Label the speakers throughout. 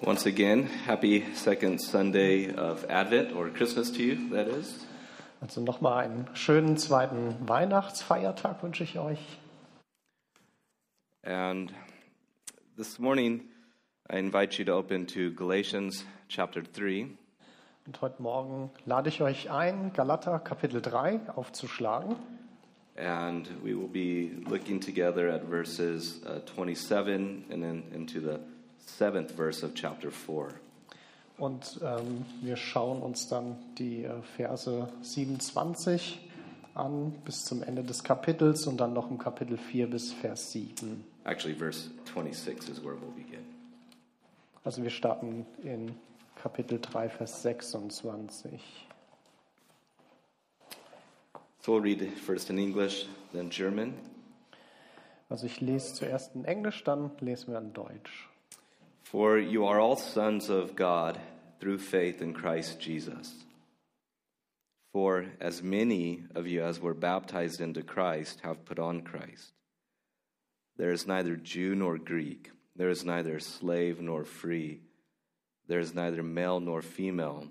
Speaker 1: Once again, happy second Sunday of Advent, or Christmas to you, that is.
Speaker 2: Also nochmal einen schönen zweiten Weihnachtsfeiertag wünsche ich euch.
Speaker 1: And this morning, I invite you to open to Galatians chapter 3,
Speaker 2: Und heute Morgen lade ich euch ein, Galater Kapitel 3 aufzuschlagen.
Speaker 1: and we will be looking together at verses uh, 27 and then into the seventh verse of chapter 4.
Speaker 2: Und ähm, wir schauen uns dann die äh, Verse 27 an bis zum Ende des Kapitels und dann noch im Kapitel 4 bis Vers 7.
Speaker 1: Actually, verse 26 is where we'll begin.
Speaker 2: Also wir starten in Kapitel 3, Vers 26.
Speaker 1: So we'll read first in English, then German.
Speaker 2: Also ich lese zuerst in Englisch, dann lesen wir in Deutsch.
Speaker 1: For you are all sons of God through faith in Christ Jesus. For as many of you as were baptized into Christ have put on Christ. There is neither Jew nor Greek, there is neither slave nor free, there is neither male nor female,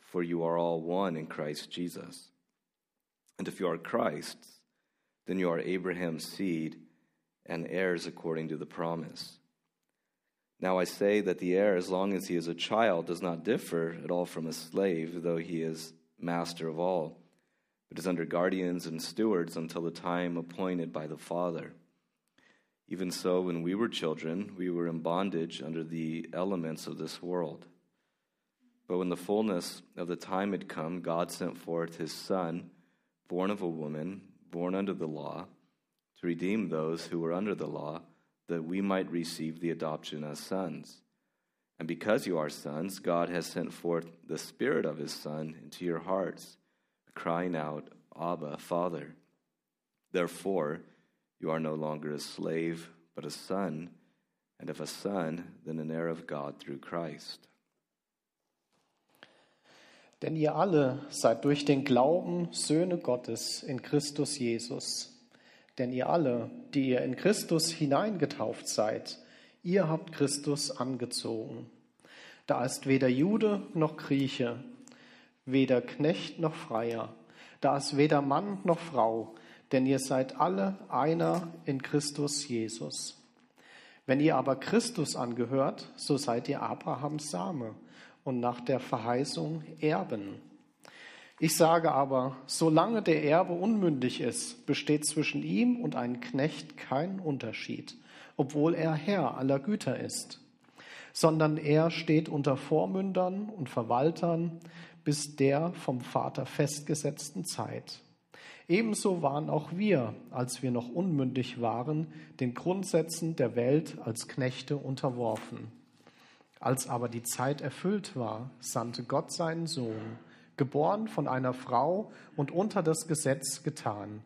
Speaker 1: for you are all one in Christ Jesus. And if you are Christ's, then you are Abraham's seed and heirs according to the promise. Now I say that the heir, as long as he is a child, does not differ at all from a slave, though he is master of all, but is under guardians and stewards until the time appointed by the Father. Even so, when we were children, we were in bondage under the elements of this world. But when the fullness of the time had come, God sent forth his Son, born of a woman, born under the law, to redeem those who were under the law, that we might receive the adoption as sons. And because you are sons, God has sent forth the Spirit of his Son into your hearts, crying out, Abba, Father. Therefore, you are no longer a slave, but a son, and if a son, then an heir of God through Christ.
Speaker 2: Denn ihr alle seid durch den Glauben Söhne Gottes in Christus Jesus. Denn ihr alle, die ihr in Christus hineingetauft seid, ihr habt Christus angezogen. Da ist weder Jude noch Grieche, weder Knecht noch Freier, da ist weder Mann noch Frau, denn ihr seid alle einer in Christus Jesus. Wenn ihr aber Christus angehört, so seid ihr Abrahams Same und nach der Verheißung Erben. Ich sage aber, solange der Erbe unmündig ist, besteht zwischen ihm und einem Knecht kein Unterschied, obwohl er Herr aller Güter ist, sondern er steht unter Vormündern und Verwaltern bis der vom Vater festgesetzten Zeit. Ebenso waren auch wir, als wir noch unmündig waren, den Grundsätzen der Welt als Knechte unterworfen. Als aber die Zeit erfüllt war, sandte Gott seinen Sohn, geboren von einer Frau und unter das Gesetz getan,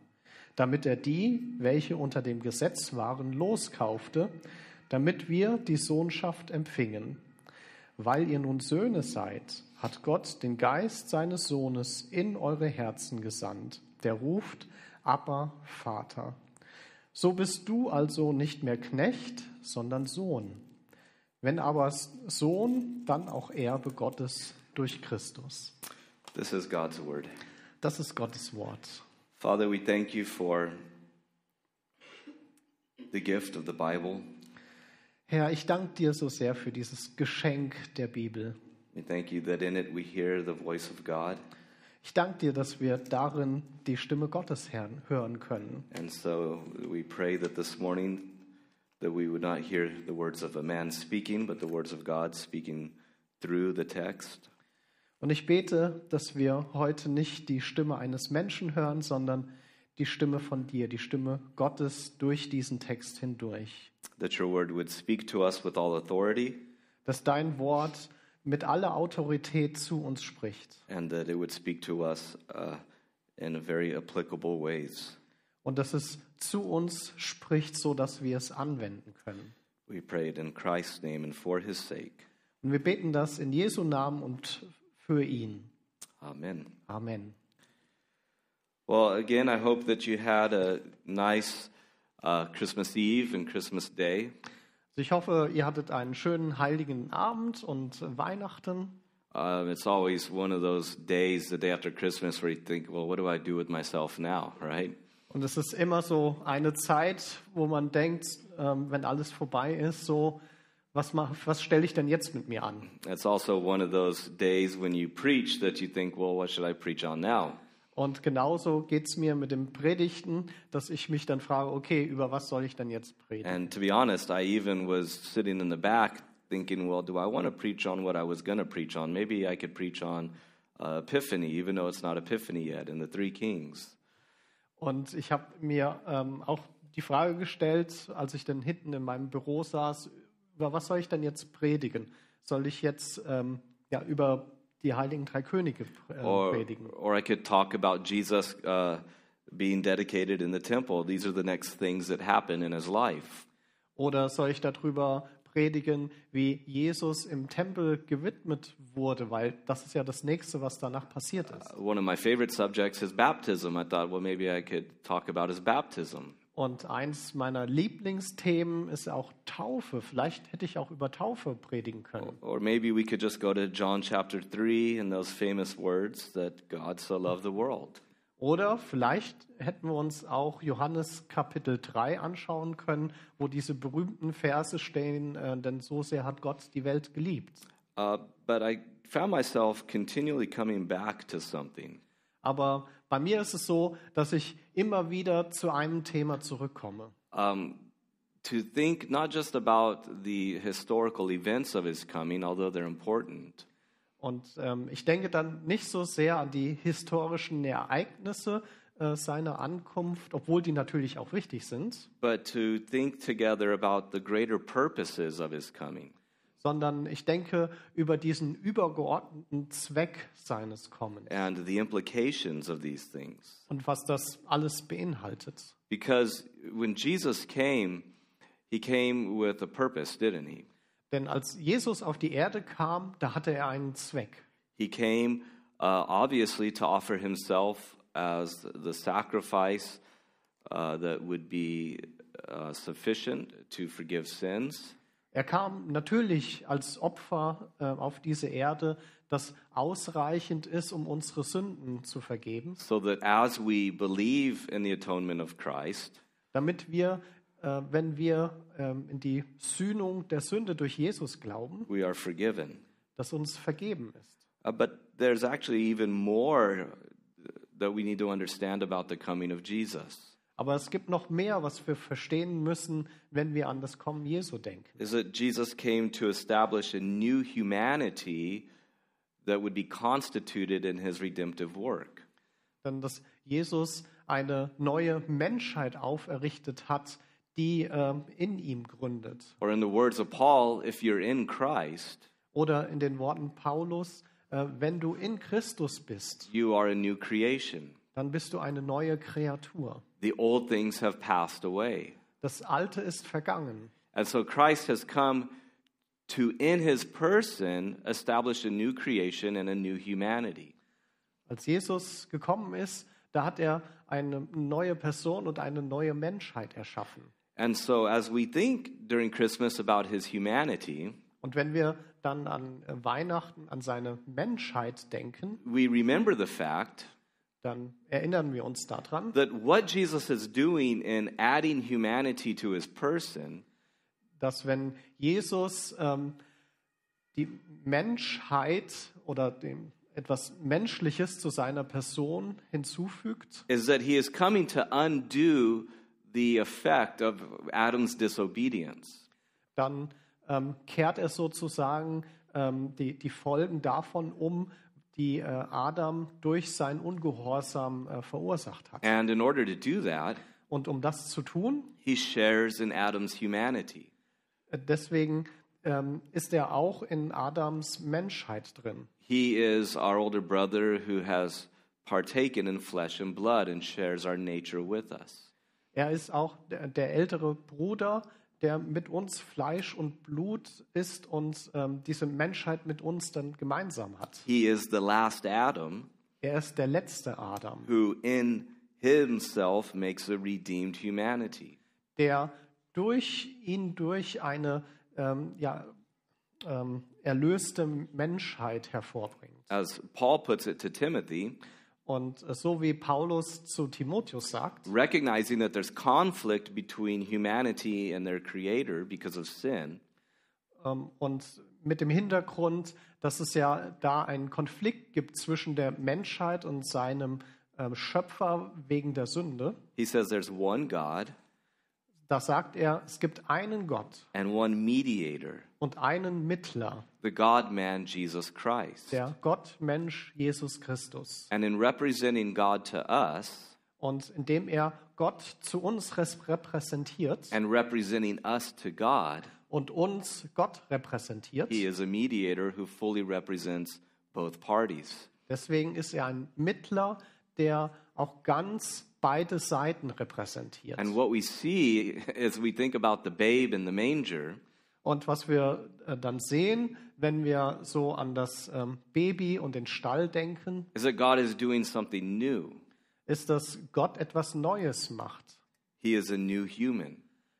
Speaker 2: damit er die, welche unter dem Gesetz waren, loskaufte, damit wir die Sohnschaft empfingen. Weil ihr nun Söhne seid, hat Gott den Geist seines Sohnes in eure Herzen gesandt, der ruft, Abba, Vater. So bist du also nicht mehr Knecht, sondern Sohn. Wenn aber Sohn, dann auch Erbe Gottes durch Christus.
Speaker 1: This is God's word.
Speaker 2: Das ist Gottes Wort.
Speaker 1: Father, we thank you for the gift of the Bible.
Speaker 2: Herr, ich danke dir so sehr für dieses Geschenk der Bibel.
Speaker 1: We thank you that in it we hear the voice of God.
Speaker 2: Ich danke dir, dass wir darin die Stimme Gottes Herrn hören können.
Speaker 1: And so we pray that this morning that we would not hear the words of a man speaking, but the words of God speaking through the text.
Speaker 2: Und ich bete, dass wir heute nicht die Stimme eines Menschen hören, sondern die Stimme von dir, die Stimme Gottes durch diesen Text hindurch.
Speaker 1: That your word would speak to us with all authority,
Speaker 2: Dass dein Wort mit aller Autorität zu uns spricht.
Speaker 1: and that it would speak to us uh, in very applicable ways.
Speaker 2: und dass es zu uns spricht, so dass wir es anwenden können.
Speaker 1: We pray it in Christ's name and for his sake.
Speaker 2: Und wir beten das in Jesu Namen und für ihn.
Speaker 1: Amen.
Speaker 2: Amen.
Speaker 1: Well, again, I hope that you had a nice uh, Christmas Eve and Christmas Day.
Speaker 2: Also ich hoffe, ihr hattet einen schönen heiligen Abend und Weihnachten.
Speaker 1: Um, it's always one of those days, the day after Christmas, where you think, well, what do I do with myself now, right?
Speaker 2: Und es ist immer so eine Zeit, wo man denkt, ähm, wenn alles vorbei ist, so, was, mach- was stelle ich denn jetzt mit mir an?
Speaker 1: It's also one of those days when you preach that you think, well, what should I preach on now?
Speaker 2: Und genauso geht es mir mit dem Predigten, dass ich mich dann frage, okay, über was soll ich denn jetzt predigen?
Speaker 1: And to be honest, I even was sitting in the back thinking, well, do I want to preach on what I was going to preach on? Maybe I could preach on uh, Epiphany, even though it's not Epiphany yet, and the Three Kings.
Speaker 2: Und ich habe mir ähm, auch die Frage gestellt, als ich dann hinten in meinem Büro saß, über was soll ich denn jetzt predigen? Soll ich jetzt ähm, ja, über die heiligen drei Könige äh,
Speaker 1: Or,
Speaker 2: predigen?
Speaker 1: or I could talk about Jesus uh, being dedicated in the temple. These are the next things that happen in his life.
Speaker 2: Oder soll ich darüber predigen, wie Jesus im Tempel gewidmet wurde? Weil das ist ja das Nächste, was danach passiert ist.
Speaker 1: One of my favorite subjects is baptism. I thought, well, maybe I could talk about his baptism.
Speaker 2: Und eins meiner Lieblingsthemen ist auch Taufe. Vielleicht hätte ich auch über Taufe predigen können.
Speaker 1: Or maybe we could just go to John chapter 3 and those famous words that God so loved the world.
Speaker 2: Oder vielleicht hätten wir uns auch Johannes Kapitel 3 anschauen können, wo diese berühmten Verse stehen, äh, denn so sehr hat Gott die Welt geliebt.
Speaker 1: Uh, but I found myself continually coming back to something.
Speaker 2: Aber bei mir ist es so, dass ich immer wieder zu einem Thema zurückkomme.
Speaker 1: Um, to think not just about the historical events of his coming, although they're important,
Speaker 2: Und ähm, ich denke dann nicht so sehr an die historischen Ereignisse äh, seiner Ankunft, obwohl die natürlich auch wichtig sind,
Speaker 1: but to think together about the greater purposes of his coming.
Speaker 2: sondern ich denke über diesen übergeordneten Zweck seines Kommens
Speaker 1: and the implications of these things.
Speaker 2: und was das alles beinhaltet.
Speaker 1: Because when Jesus came, he came with a purpose, didn't he?
Speaker 2: Denn als Jesus auf die Erde kam, da hatte er einen Zweck.
Speaker 1: He came uh, obviously to offer himself as the sacrifice uh, that would be uh, sufficient to forgive sins.
Speaker 2: Er kam natürlich als Opfer äh, auf diese Erde, das ausreichend ist, um unsere Sünden zu vergeben.
Speaker 1: So that as we believe in the atonement of Christ,
Speaker 2: damit wir, äh, wenn wir ähm, in die Sühnung der Sünde durch Jesus glauben,
Speaker 1: we are forgiven.
Speaker 2: dass uns vergeben ist.
Speaker 1: Uh, but there's actually even more that we need to understand about the coming of Jesus.
Speaker 2: Aber es gibt noch mehr, was wir verstehen müssen, wenn wir an das Kommen Jesu denken.
Speaker 1: is that Jesus came to establish a new humanity that would be constituted in his redemptive work.
Speaker 2: Denn dass Jesus eine neue Menschheit auferrichtet hat, die ähm, in ihm gründet.
Speaker 1: Or, in the words of Paul, if you're in Christ,
Speaker 2: Oder in den Worten Paulus, äh, wenn du in Christus bist,
Speaker 1: you are a new creation.
Speaker 2: dann bist du eine neue Kreatur.
Speaker 1: The old things have passed away.
Speaker 2: Das Alte ist vergangen.
Speaker 1: And so Christ has come to, in his person, establish a new creation and a new humanity.
Speaker 2: Als Jesus gekommen ist, da hat er eine neue Person und eine neue Menschheit erschaffen.
Speaker 1: And so, as we think during Christmas about his humanity,
Speaker 2: Und wenn wir dann an äh, Weihnachten, an seine Menschheit denken,
Speaker 1: we remember the fact
Speaker 2: dann erinnern wir uns daran,
Speaker 1: that what Jesus is doing in adding humanity to his person
Speaker 2: dass wenn Jesus ähm, die Menschheit oder dem, etwas Menschliches zu seiner Person hinzufügt,
Speaker 1: is that he is coming to undo the effect of Adam's disobedience.
Speaker 2: dann ähm, kehrt er sozusagen ähm, die, die Folgen davon um, die äh, Adam durch sein Ungehorsam äh, verursacht hat.
Speaker 1: And in order to do that,
Speaker 2: Und um das zu tun,
Speaker 1: he shares in Adam's humanity.
Speaker 2: äh, deswegen ähm, ist er auch in Adams Menschheit drin.
Speaker 1: He is our older brother who has partaken in flesh and blood and shares our nature with us.
Speaker 2: Er ist auch der, der ältere Bruder, der mit uns Fleisch und Blut ist und ähm, diese Menschheit mit uns dann gemeinsam hat.
Speaker 1: He is the last Adam
Speaker 2: Er ist der letzte Adam.
Speaker 1: who in himself makes a redeemed humanity.
Speaker 2: der durch ihn durch eine ähm, ja, ähm, erlöste Menschheit hervorbringt.
Speaker 1: As Paul puts it to Timothy,
Speaker 2: Und äh, so wie Paulus zu Timotheus sagt,
Speaker 1: recognizing that there's conflict between humanity and their creator because of sin,
Speaker 2: ähm, und mit dem Hintergrund, dass es ja da einen Konflikt gibt zwischen der Menschheit und seinem ähm, Schöpfer wegen der Sünde,
Speaker 1: he says there's one God
Speaker 2: da sagt er, es gibt einen Gott
Speaker 1: and one mediator,
Speaker 2: und einen Mittler,
Speaker 1: the God man Jesus Christ.
Speaker 2: der Gott, Mensch, Jesus Christus.
Speaker 1: And in representing God to us
Speaker 2: Und indem er Gott zu uns res- repräsentiert
Speaker 1: and representing us to God,
Speaker 2: und uns Gott repräsentiert,
Speaker 1: he is a mediator who fully represents both parties.
Speaker 2: deswegen ist er ein Mittler, der auch ganz beide Seiten repräsentiert.
Speaker 1: And what we see as we think about the babe in the manger
Speaker 2: Und was wir äh, dann sehen, wenn wir so an das ähm, Baby und den Stall denken,
Speaker 1: is that God is doing something new.
Speaker 2: ist, dass Gott etwas Neues macht.
Speaker 1: He is a new human,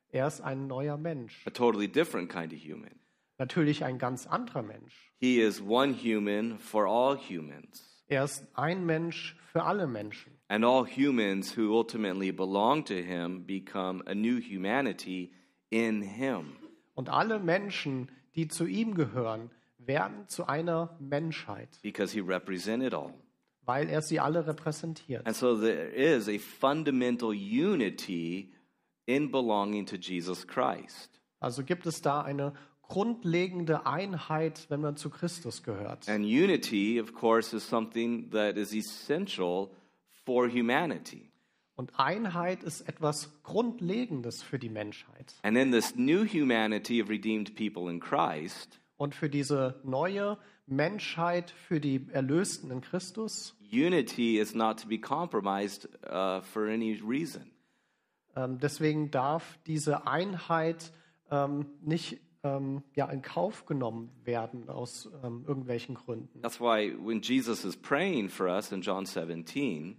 Speaker 2: Er ist ein neuer Mensch.
Speaker 1: a totally different kind of human.
Speaker 2: Natürlich ein ganz anderer Mensch.
Speaker 1: He is one human for all humans,
Speaker 2: Er ist ein Mensch für alle Menschen.
Speaker 1: and all humans who ultimately belong to him become a new humanity in him.
Speaker 2: Und alle Menschen, die zu ihm gehören, werden zu einer Menschheit,
Speaker 1: because he represented all.
Speaker 2: weil er sie alle repräsentiert.
Speaker 1: And so there is a fundamental unity in belonging to Jesus Christ.
Speaker 2: Also gibt es da eine grundlegende Einheit, wenn man zu Christus gehört.
Speaker 1: And unity, of course, is something that is essential for humanity.
Speaker 2: Und Einheit ist etwas Grundlegendes für die Menschheit.
Speaker 1: And in this new humanity of redeemed people in Christ,
Speaker 2: Und für diese neue Menschheit, für die Erlösten in Christus,
Speaker 1: unity is not to be compromised uh, for any reason.
Speaker 2: ähm, deswegen darf diese Einheit ähm, nicht ähm, ja, in Kauf genommen werden aus ähm, irgendwelchen Gründen.
Speaker 1: That's why when Jesus is praying for us in John 17,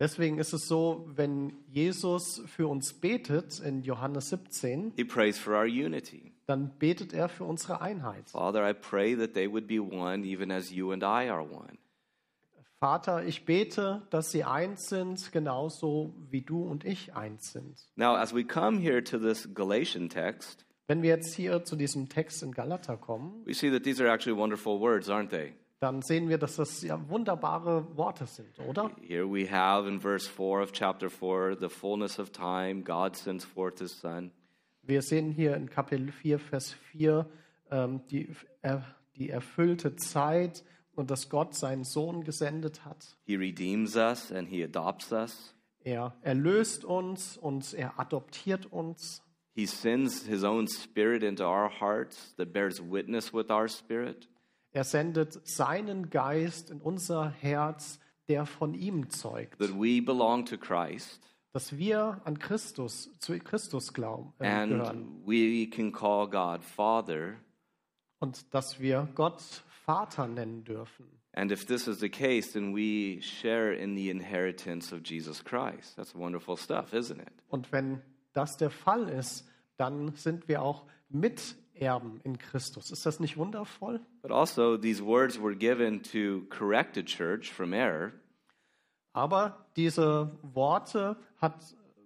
Speaker 2: Deswegen ist es so, wenn Jesus für uns betet in Johannes 17,
Speaker 1: he prays for our unity.
Speaker 2: dann betet er für unsere Einheit.
Speaker 1: Father, I pray that they would be one, even as you and I are one.
Speaker 2: Vater, ich bete, dass sie eins sind, genauso wie du und ich eins sind.
Speaker 1: Now, as we come here to this Galatian text,
Speaker 2: Wenn wir jetzt hier zu diesem Text in Galater kommen,
Speaker 1: we see that these are actually wonderful words, aren't they?
Speaker 2: dann sehen wir, dass das ja wunderbare Worte sind, oder?
Speaker 1: Here we have in verse 4 of chapter 4 the fullness of time, God sends forth his Son.
Speaker 2: Wir sehen hier in Kapitel 4, Vers 4 ähm, die, äh, die erfüllte Zeit und dass Gott seinen Sohn gesendet hat.
Speaker 1: He redeems us and he adopts us.
Speaker 2: Er erlöst uns und er adoptiert uns.
Speaker 1: He sends his own spirit into our hearts that bears witness with our spirit.
Speaker 2: Er sendet seinen Geist in unser Herz, der von ihm zeugt,
Speaker 1: That we belong to Christ
Speaker 2: dass wir an Christus, zu Christus glauben äh, gehören
Speaker 1: and we can call God Father.
Speaker 2: und dass wir Gott Vater nennen dürfen.
Speaker 1: And if this is the case, then we share in the inheritance of Jesus Christ. That's wonderful stuff, isn't it?
Speaker 2: Und wenn das der Fall ist, dann sind wir auch Miterben in Christus. Ist das nicht wundervoll?
Speaker 1: But also, these words were given to correct a church from error,
Speaker 2: Aber diese Worte hat,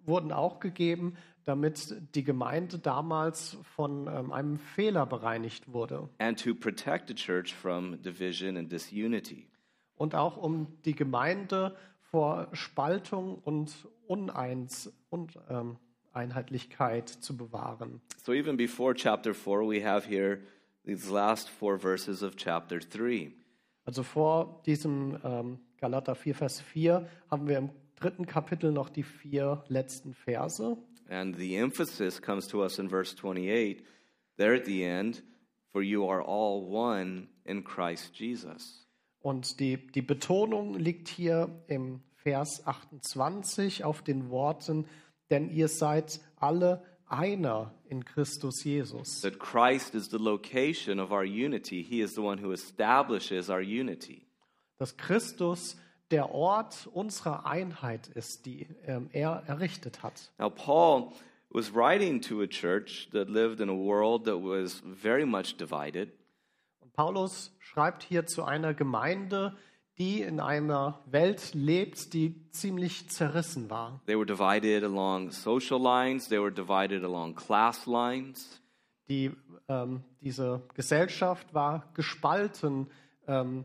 Speaker 2: wurden auch gegeben, damit die Gemeinde damals von ähm, einem Fehler bereinigt wurde.
Speaker 1: and to protect a church from division and disunity.
Speaker 2: Und auch um die Gemeinde vor Spaltung und Uneins, Un, ähm, Einheitlichkeit zu bewahren.
Speaker 1: So, even before chapter 4, we have here these last four verses of chapter 3.
Speaker 2: Also vor diesem ähm, Galater 4, Vers 4 haben wir im dritten Kapitel noch die vier letzten Verse.
Speaker 1: And the emphasis comes to us in verse 28, there at the end, for you are all one in Christ Jesus.
Speaker 2: Und die, die Betonung liegt hier im Vers 28 auf den Worten, denn ihr seid alle einer in Christus Jesus.
Speaker 1: that Christ is the location of our unity. He is the one who establishes our unity.
Speaker 2: Dass Christus der Ort unserer Einheit ist, die ähm, er errichtet hat.
Speaker 1: Now, Paul was writing to a church that lived in a world that was very much divided.
Speaker 2: Und Paulus schreibt hier zu einer Gemeinde, die in einer Welt lebt, die ziemlich zerrissen war.
Speaker 1: They were divided along social lines, they were divided along class lines.
Speaker 2: Die, ähm, diese Gesellschaft war gespalten ähm,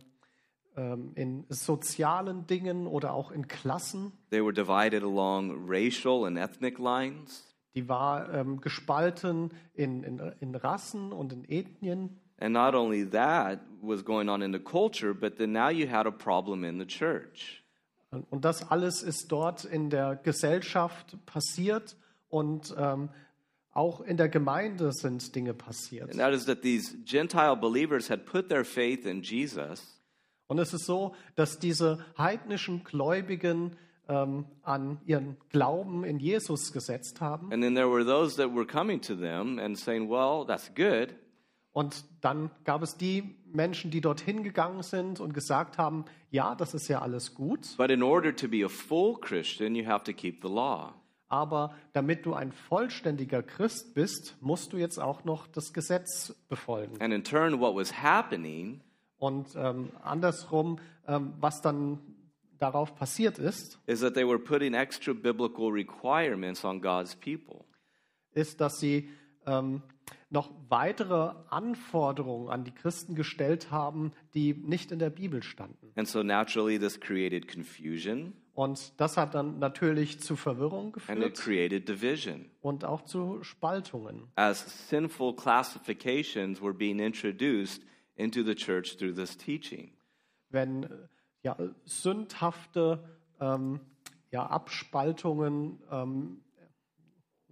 Speaker 2: ähm, in sozialen Dingen oder auch in Klassen.
Speaker 1: They were divided along racial and ethnic lines.
Speaker 2: Die war ähm, gespalten in, in, in Rassen und in Ethnien.
Speaker 1: And not only that was going on in the culture, but then now you had a problem in the church.
Speaker 2: Und und das alles ist dort in der Gesellschaft passiert und ähm, auch in der Gemeinde sind Dinge passiert.
Speaker 1: And that is that these Gentile believers had put their faith in Jesus,
Speaker 2: Und es ist so, dass diese heidnischen Gläubigen ähm, an ihren Glauben in Jesus gesetzt haben.
Speaker 1: and then there were those that were coming to them and saying, Well, that's good,
Speaker 2: Und dann gab es die Menschen, die dorthin gegangen sind und gesagt haben, ja, das ist ja alles gut,
Speaker 1: but in order to be a full Christian, you have to keep the law.
Speaker 2: aber damit du ein vollständiger Christ bist, musst du jetzt auch noch das Gesetz befolgen.
Speaker 1: And in turn, what was happening
Speaker 2: Und ähm, andersrum, ähm, was dann darauf passiert ist,
Speaker 1: is that they were putting extra biblical requirements on God's people.
Speaker 2: ist, dass sie ähm, noch weitere Anforderungen an die Christen gestellt haben, die nicht in der Bibel standen.
Speaker 1: And so naturally, this created confusion
Speaker 2: Und das hat dann natürlich zu Verwirrung
Speaker 1: and it
Speaker 2: geführt
Speaker 1: created division.
Speaker 2: und auch zu Spaltungen.
Speaker 1: as sinful classifications were being introduced into the church through this teaching.
Speaker 2: wenn äh, ja, sündhafte ähm, ja, Abspaltungen ähm,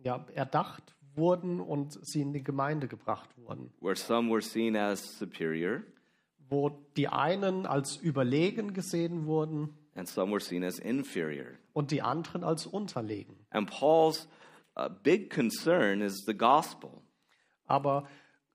Speaker 2: ja, erdacht wurden und sie in die Gemeinde gebracht wurden,
Speaker 1: Where some were seen as superior
Speaker 2: wo die einen als überlegen gesehen wurden
Speaker 1: and some were seen as inferior.
Speaker 2: und die anderen als unterlegen.
Speaker 1: And Paul's uh, big concern is the gospel.
Speaker 2: Aber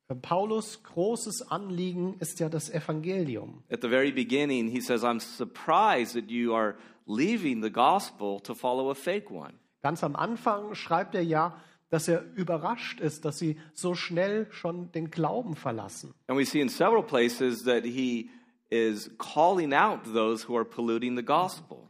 Speaker 2: äh, Paulus großes Anliegen ist ja das Evangelium.
Speaker 1: At the very beginning, he says, I'm surprised that you are leaving the gospel to follow a fake one.
Speaker 2: Ganz am Anfang schreibt er ja, dass er überrascht ist, dass sie so schnell schon den Glauben verlassen.
Speaker 1: And we see in several places that he is calling out those who are polluting the gospel.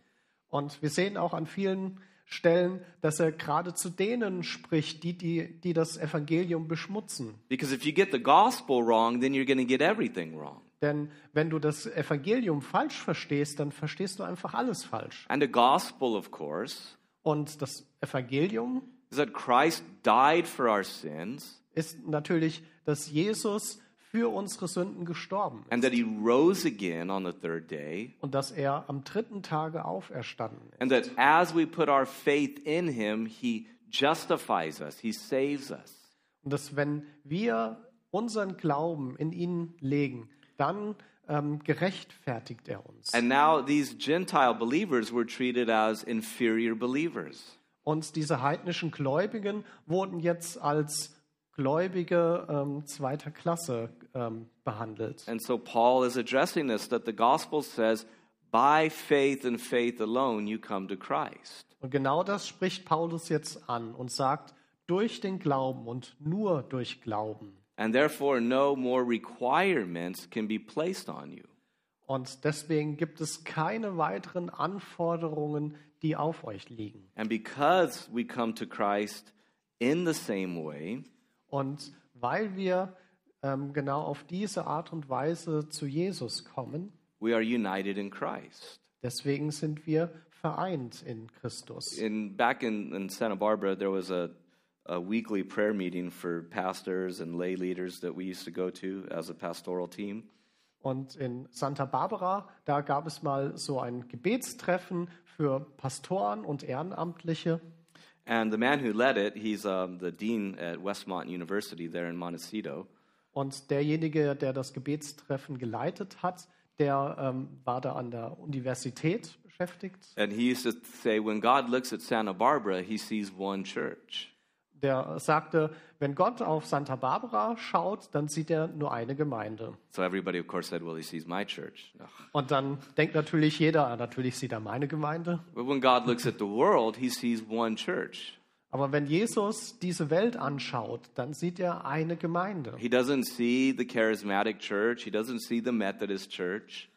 Speaker 2: Und wir sehen auch an vielen Stellen, dass er gerade zu denen spricht, die, die, die das Evangelium beschmutzen.
Speaker 1: Because if you get the gospel wrong, then you're going to get everything wrong.
Speaker 2: Denn wenn du das Evangelium falsch verstehst, dann verstehst du einfach alles falsch.
Speaker 1: And the gospel, of course,
Speaker 2: Und das Evangelium
Speaker 1: is that Christ died for our sins
Speaker 2: ist natürlich, dass Jesus für unsere Sünden gestorben
Speaker 1: and that he rose again on the third day.
Speaker 2: ist und dass er am dritten Tage auferstanden ist.
Speaker 1: And that as we put our faith in him, he justifies us, he saves us.
Speaker 2: Und dass wenn wir unseren Glauben in ihn legen, dann ähm, gerechtfertigt er uns.
Speaker 1: And now these Gentile believers were treated as inferior believers.
Speaker 2: Und diese heidnischen Gläubigen wurden jetzt als Gläubige ähm, zweiter Klasse ähm, behandelt.
Speaker 1: And so Paul is addressing this that the gospel says, by faith and faith alone, you come to Christ.
Speaker 2: Und genau das spricht Paulus jetzt an und sagt, durch den Glauben und nur durch Glauben.
Speaker 1: And therefore, no more requirements can be placed on you.
Speaker 2: Und deswegen gibt es keine weiteren Anforderungen, die auf euch liegen.
Speaker 1: And because we come to Christ in the same way,
Speaker 2: Und weil wir ähm, genau auf diese Art und Weise zu Jesus kommen,
Speaker 1: we are united in Christ.
Speaker 2: deswegen sind wir vereint in Christus.
Speaker 1: In, back in, in Santa Barbara, there was a, a weekly prayer meeting for pastors and lay leaders that we used to go to as a pastoral team.
Speaker 2: Und in Santa Barbara, da gab es mal so ein Gebetstreffen für Pastoren und Ehrenamtliche.
Speaker 1: And the man who led it, he's um, the dean at Westmont University there in Montecito.
Speaker 2: Und derjenige, der das Gebetstreffen geleitet hat, der ähm, war da an der Universität beschäftigt.
Speaker 1: And he used to say, when God looks at Santa Barbara, he sees one church.
Speaker 2: Der sagte, wenn Gott auf Santa Barbara schaut, dann sieht er nur eine Gemeinde.
Speaker 1: So everybody, of course, said, well, he sees my church. Ugh.
Speaker 2: Und dann denkt natürlich jeder, ah, natürlich sieht er meine Gemeinde.
Speaker 1: But when God looks at the world, he sees one church.
Speaker 2: Aber wenn Jesus diese Welt anschaut, dann sieht er eine Gemeinde.
Speaker 1: He doesn't see the charismatic church, he doesn't see the Methodist church.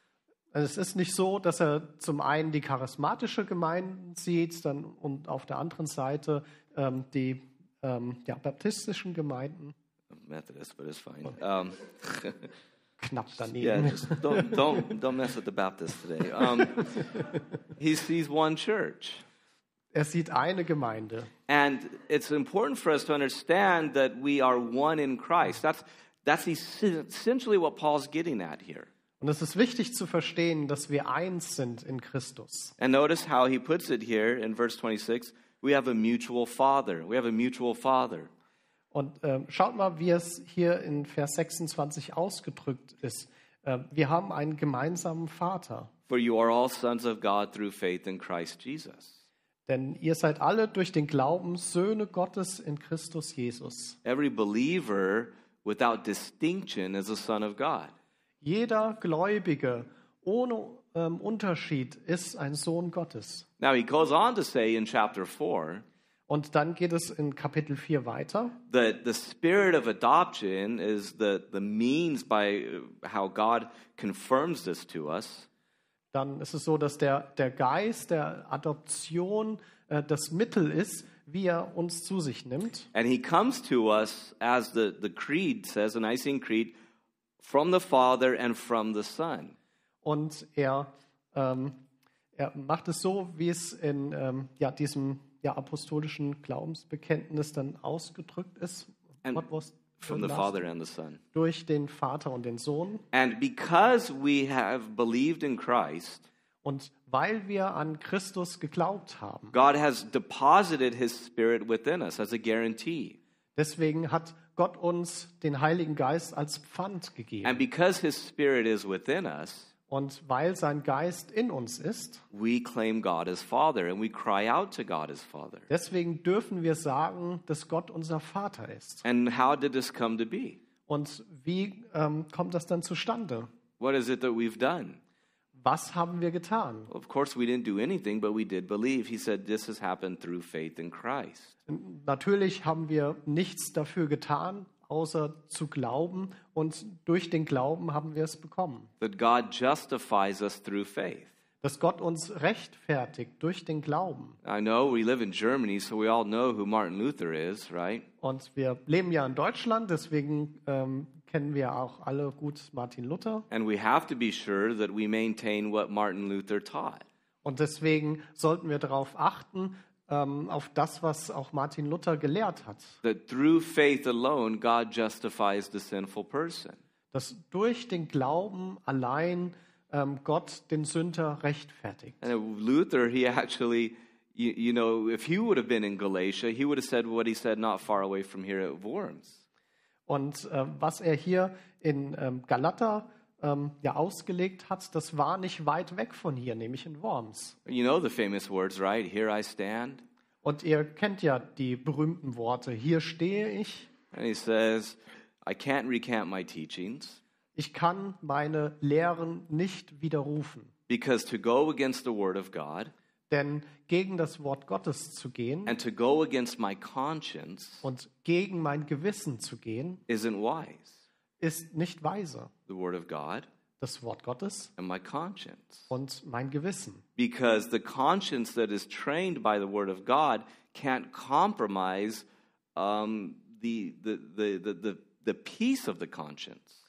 Speaker 2: Also es ist nicht so, dass er zum einen die charismatische Gemeinde sieht dann, und auf der anderen Seite ähm, die ähm, ja, baptistischen Gemeinden.
Speaker 1: Methodist, but it's fine. Um,
Speaker 2: Knapp
Speaker 1: yeah,
Speaker 2: daneben.
Speaker 1: just don't, don't, don't mess with the Baptists today. Um, he sees one church.
Speaker 2: Er sieht eine Gemeinde.
Speaker 1: And it's important for us to understand that we are one in Christ. That's, that's es- essentially what Paul's getting at here.
Speaker 2: Und es ist wichtig zu verstehen, dass wir eins sind in Christus.
Speaker 1: And notice how he puts it here in verse 26 we have a mutual father. We have a mutual father.
Speaker 2: Und ähm, schaut mal, wie es hier in Vers 26 ausgedrückt ist. Ähm, wir haben einen gemeinsamen Vater,
Speaker 1: For you are all sons of God through faith in Christ Jesus.
Speaker 2: denn ihr seid alle durch den Glauben Söhne Gottes in Christus Jesus.
Speaker 1: Every believer without distinction is a son of God.
Speaker 2: Jeder Gläubige ohne ähm, Unterschied ist ein Sohn Gottes.
Speaker 1: Now he goes on to say in chapter 4
Speaker 2: Und dann geht es in Kapitel 4 weiter.
Speaker 1: that the spirit of adoption is the, the means by uh, how God confirms this to us.
Speaker 2: Dann ist es so, dass der, der Geist der Adoption äh, das Mittel ist, wie er uns zu sich nimmt.
Speaker 1: And he comes to us, as the, the creed says, the Nicene Creed, from the Father and from the Son.
Speaker 2: und er, ähm, er macht es so, wie es in ähm, ja, diesem ja, apostolischen Glaubensbekenntnis dann ausgedrückt ist.
Speaker 1: And
Speaker 2: Gott was
Speaker 1: From the Father and the Son.
Speaker 2: Durch den Vater und den Sohn.
Speaker 1: And because we have believed in Christ,
Speaker 2: Und weil wir an Christus geglaubt haben,
Speaker 1: God has deposited his spirit within us as a guarantee.
Speaker 2: deswegen hat Gott uns den Heiligen Geist als Pfand
Speaker 1: And
Speaker 2: gegeben.
Speaker 1: because his spirit is within us,
Speaker 2: Und weil sein Geist in uns ist,
Speaker 1: we claim God as Father and we cry out to God as Father.
Speaker 2: deswegen dürfen wir sagen, dass Gott unser Vater ist.
Speaker 1: And how did this come to be?
Speaker 2: Und wie ähm, kommt das dann zustande?
Speaker 1: What is it that we've done?
Speaker 2: Was haben wir getan?
Speaker 1: Of course, we didn't do anything, but we did believe. He said this has happened through faith in Christ.
Speaker 2: Natürlich haben wir nichts dafür getan, außer zu glauben. Und durch den Glauben haben wir es bekommen.
Speaker 1: That God justifies us through faith.
Speaker 2: Dass Gott uns rechtfertigt durch den Glauben.
Speaker 1: I know we live in Germany, so we all know who Martin Luther is, right?
Speaker 2: Und wir leben ja in Deutschland, deswegen ähm, kennen wir auch alle gut Martin Luther.
Speaker 1: And we have to be sure that we maintain what Martin Luther taught.
Speaker 2: Und deswegen sollten wir darauf achten, ähm, auf das, was auch Martin Luther gelehrt hat.
Speaker 1: That through faith alone, God justifies the sinful person.
Speaker 2: Dass durch den Glauben allein ähm, Gott den Sünder rechtfertigt.
Speaker 1: And Luther, he actually, you, you know, if he would have been in Galatia, he would have said what he said not far away from here at Worms.
Speaker 2: Und äh, was er hier in ähm, Galater ähm, ja ausgelegt hat, das war nicht weit weg von hier, nämlich in Worms.
Speaker 1: You know the famous words, right? Here I stand.
Speaker 2: Und ihr kennt ja die berühmten Worte, hier stehe ich,
Speaker 1: And he says, I can't recant my teachings
Speaker 2: ich kann meine Lehren nicht widerrufen.
Speaker 1: because to go against the word of God
Speaker 2: Denn gegen das Wort Gottes zu gehen
Speaker 1: and to go against my conscience
Speaker 2: und gegen mein Gewissen zu gehen,
Speaker 1: isn't wise.
Speaker 2: ist nicht weise.
Speaker 1: The word of God
Speaker 2: Das Wort Gottes
Speaker 1: and my conscience.
Speaker 2: und mein Gewissen.
Speaker 1: Because the conscience that is trained by the word of God can't compromise um, the, the, the, the, the, the peace of the conscience.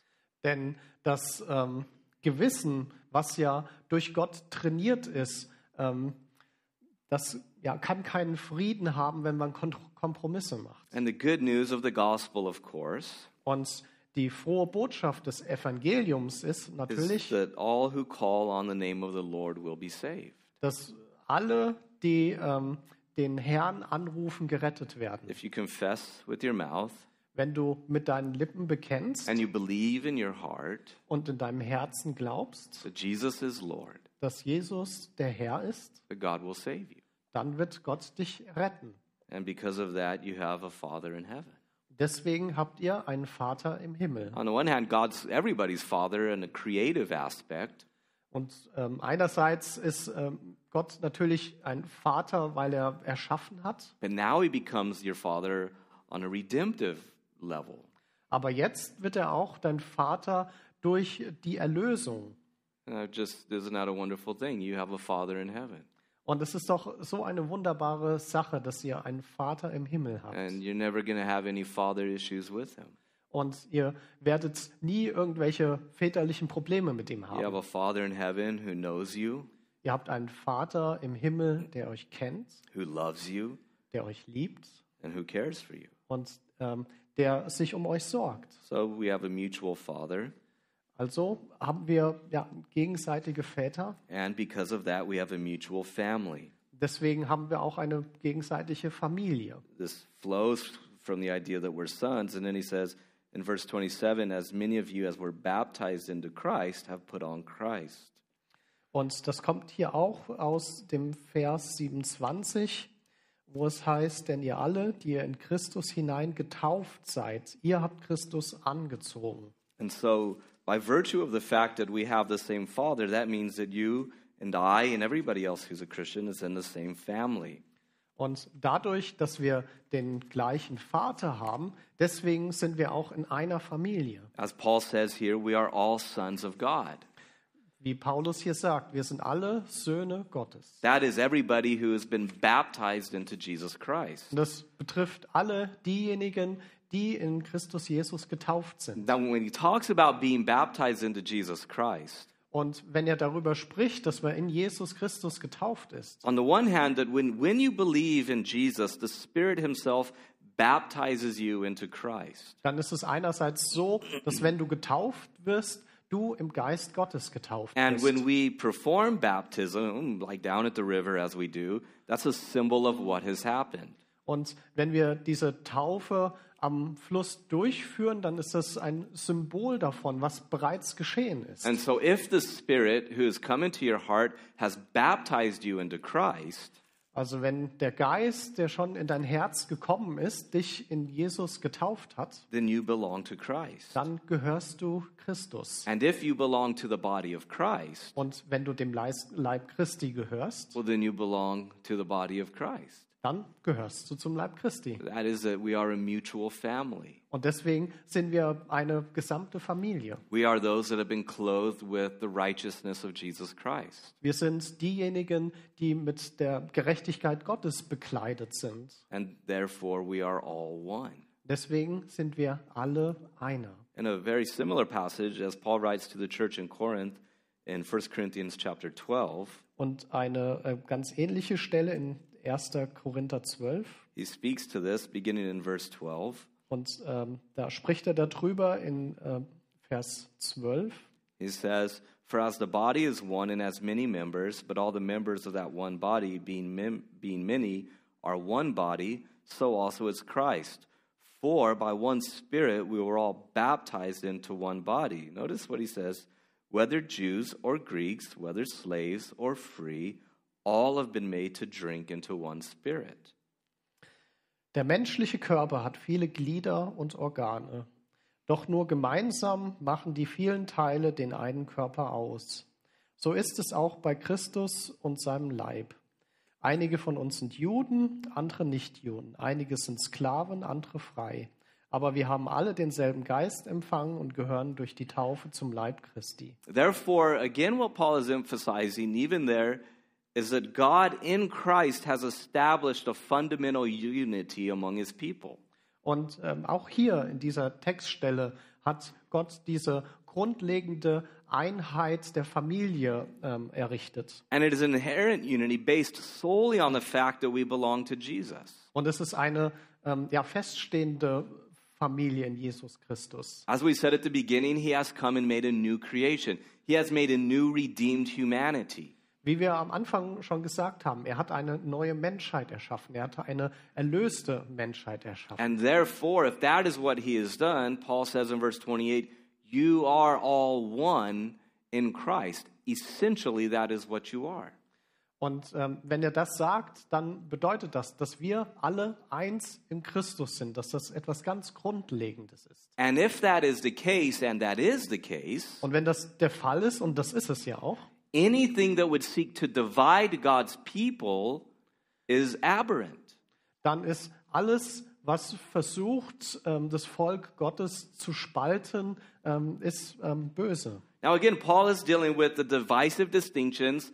Speaker 2: Denn das ähm, Gewissen, was ja durch Gott trainiert ist, ähm, das ja, kann keinen Frieden haben, wenn man Kon Kompromisse macht.
Speaker 1: And the good news of the gospel, of course,
Speaker 2: Und die frohe Botschaft des Evangeliums ist
Speaker 1: is
Speaker 2: natürlich,
Speaker 1: that all who call on the name of the Lord will be saved.
Speaker 2: dass alle, die ähm, den Herrn anrufen, gerettet werden.
Speaker 1: If you confess with your mouth
Speaker 2: Wenn du mit deinen Lippen bekennst
Speaker 1: and you believe in your heart
Speaker 2: und in deinem Herzen glaubst,
Speaker 1: that Jesus is Lord,
Speaker 2: dass Jesus der Herr ist,
Speaker 1: that God will save you.
Speaker 2: dann wird Gott dich retten.
Speaker 1: And because of that, you have a Father in heaven.
Speaker 2: Deswegen habt ihr einen Vater im Himmel.
Speaker 1: On the one hand, God's everybody's Father in a creative aspect,
Speaker 2: Und ähm, einerseits ist ähm, Gott natürlich ein Vater, weil er erschaffen hat.
Speaker 1: But now he becomes your father on a redemptive level.
Speaker 2: Aber jetzt wird er auch dein Vater durch die Erlösung.
Speaker 1: Uh, just isn't that a wonderful thing? You have a father in heaven,
Speaker 2: Und es ist doch so eine wunderbare Sache, dass ihr einen Vater im Himmel habt.
Speaker 1: and you're never going to have any father issues with him.
Speaker 2: Und ihr werdet nie irgendwelche väterlichen Probleme mit ihm haben.
Speaker 1: You have a father in heaven who knows you,
Speaker 2: Ihr habt einen Vater im Himmel, der euch kennt,
Speaker 1: who loves you,
Speaker 2: der euch liebt
Speaker 1: and who cares for you.
Speaker 2: und ähm, der sich um euch sorgt.
Speaker 1: So we have a mutual father,
Speaker 2: Also haben wir ja, gegenseitige Väter.
Speaker 1: and because of that, we have a mutual family.
Speaker 2: Deswegen haben wir auch eine gegenseitige Familie.
Speaker 1: This flows from the idea that we're sons, and then he says in verse 27 As many of you as were baptized into Christ have put on Christ.
Speaker 2: Und das kommt hier auch aus dem Vers 27, wo es heißt, denn ihr alle, die ihr in Christus hinein getauft seid, ihr habt Christus angezogen.
Speaker 1: And so, by virtue of the fact that we have the same father, that means that you and I and everybody else who's a Christian is in the same family.
Speaker 2: Und dadurch, dass wir den gleichen Vater haben, deswegen sind wir auch in einer Familie.
Speaker 1: As Paul says here, we are all sons of God.
Speaker 2: Wie Paulus hier sagt, wir sind alle Söhne Gottes.
Speaker 1: That is everybody who has been baptized into Jesus Christ.
Speaker 2: Und das betrifft alle diejenigen, die in Christus Jesus getauft sind.
Speaker 1: Now, when he talks about being baptized into Jesus Christ,
Speaker 2: Und wenn er darüber spricht, dass man in Jesus Christus getauft ist,
Speaker 1: on the one hand, that when, when you believe in Jesus, the Spirit Himself baptizes you into Christ.
Speaker 2: dann ist es einerseits so, dass wenn du getauft wirst, du im Geist Gottes getauft
Speaker 1: And
Speaker 2: bist.
Speaker 1: when we perform baptism, like down at the river as we do, that's a symbol of what has happened.
Speaker 2: Und wenn wir diese Taufe am Fluss durchführen, dann ist das ein Symbol davon, was bereits geschehen ist.
Speaker 1: And so, if the Spirit who has come into your heart has baptized you into Christ,
Speaker 2: Also wenn der Geist, der schon in dein Herz gekommen ist, dich in Jesus getauft hat,
Speaker 1: then you belong to Christ.
Speaker 2: dann gehörst du Christus.
Speaker 1: And if you belong to the body of Christ,
Speaker 2: Und wenn du dem Leis- Leib Christi gehörst,
Speaker 1: well, then you belong to the body of Christ.
Speaker 2: dann gehörst du zum Leib Christi.
Speaker 1: That is that we are a mutual family.
Speaker 2: Und deswegen sind wir eine gesamte Familie.
Speaker 1: We are those that have been clothed with the righteousness of Jesus Christ.
Speaker 2: Wir sind diejenigen, die mit der Gerechtigkeit Gottes bekleidet sind.
Speaker 1: And therefore, we are all one.
Speaker 2: Deswegen sind wir alle einer.
Speaker 1: In a very similar passage, as Paul writes to the church in Corinth in 1 Corinthians chapter 12,
Speaker 2: Und eine äh, ganz ähnliche Stelle in 1. Korinther 12.
Speaker 1: he speaks to this beginning in verse 12.
Speaker 2: Und ähm, da spricht er darüber in äh, Vers 12.
Speaker 1: He says, For as the body is one and has many members, but all the members of that one body, being, mem- being many, are one body, so also is Christ. For by one Spirit we were all baptized into one body. Notice what he says whether Jews or Greeks, whether slaves or free, all have been made to drink into one Spirit.
Speaker 2: Der menschliche Körper hat viele Glieder und Organe. Doch nur gemeinsam machen die vielen Teile den einen Körper aus. So ist es auch bei Christus und seinem Leib. Einige von uns sind Juden, andere nicht Juden. Einige sind Sklaven, andere frei. Aber wir haben alle denselben Geist empfangen und gehören durch die Taufe zum Leib Christi.
Speaker 1: Therefore, again, what Paul is emphasizing, even there, is that God in Christ has established a fundamental unity among his people.
Speaker 2: Und ähm, auch hier in dieser Textstelle hat Gott diese grundlegende Einheit der Familie ähm, errichtet.
Speaker 1: And it is an inherent unity based solely on the fact that we belong to Jesus.
Speaker 2: Und es ist eine ähm, ja, feststehende Familie in Jesus Christus.
Speaker 1: As we said at the beginning, he has come and made a new creation, he has made a new redeemed humanity.
Speaker 2: Wie wir am Anfang schon gesagt haben, er hat eine neue Menschheit erschaffen. Er hat eine erlöste Menschheit erschaffen.
Speaker 1: And therefore, if that is what he has done, Paul says in verse 28, you are all one in Christ. Essentially, that is what you are.
Speaker 2: Und ähm, wenn er das sagt, dann bedeutet das, dass wir alle eins in Christus sind, dass das etwas ganz Grundlegendes ist.
Speaker 1: And if that is the case, and that is the case,
Speaker 2: Und wenn das der Fall ist, und das ist es ja auch,
Speaker 1: anything that would seek to divide God's people is aberrant.
Speaker 2: dann ist alles, was versucht, ähm, das Volk Gottes zu spalten, ähm, ist ähm, böse.
Speaker 1: Now, again, Paul is dealing with the divisive distinctions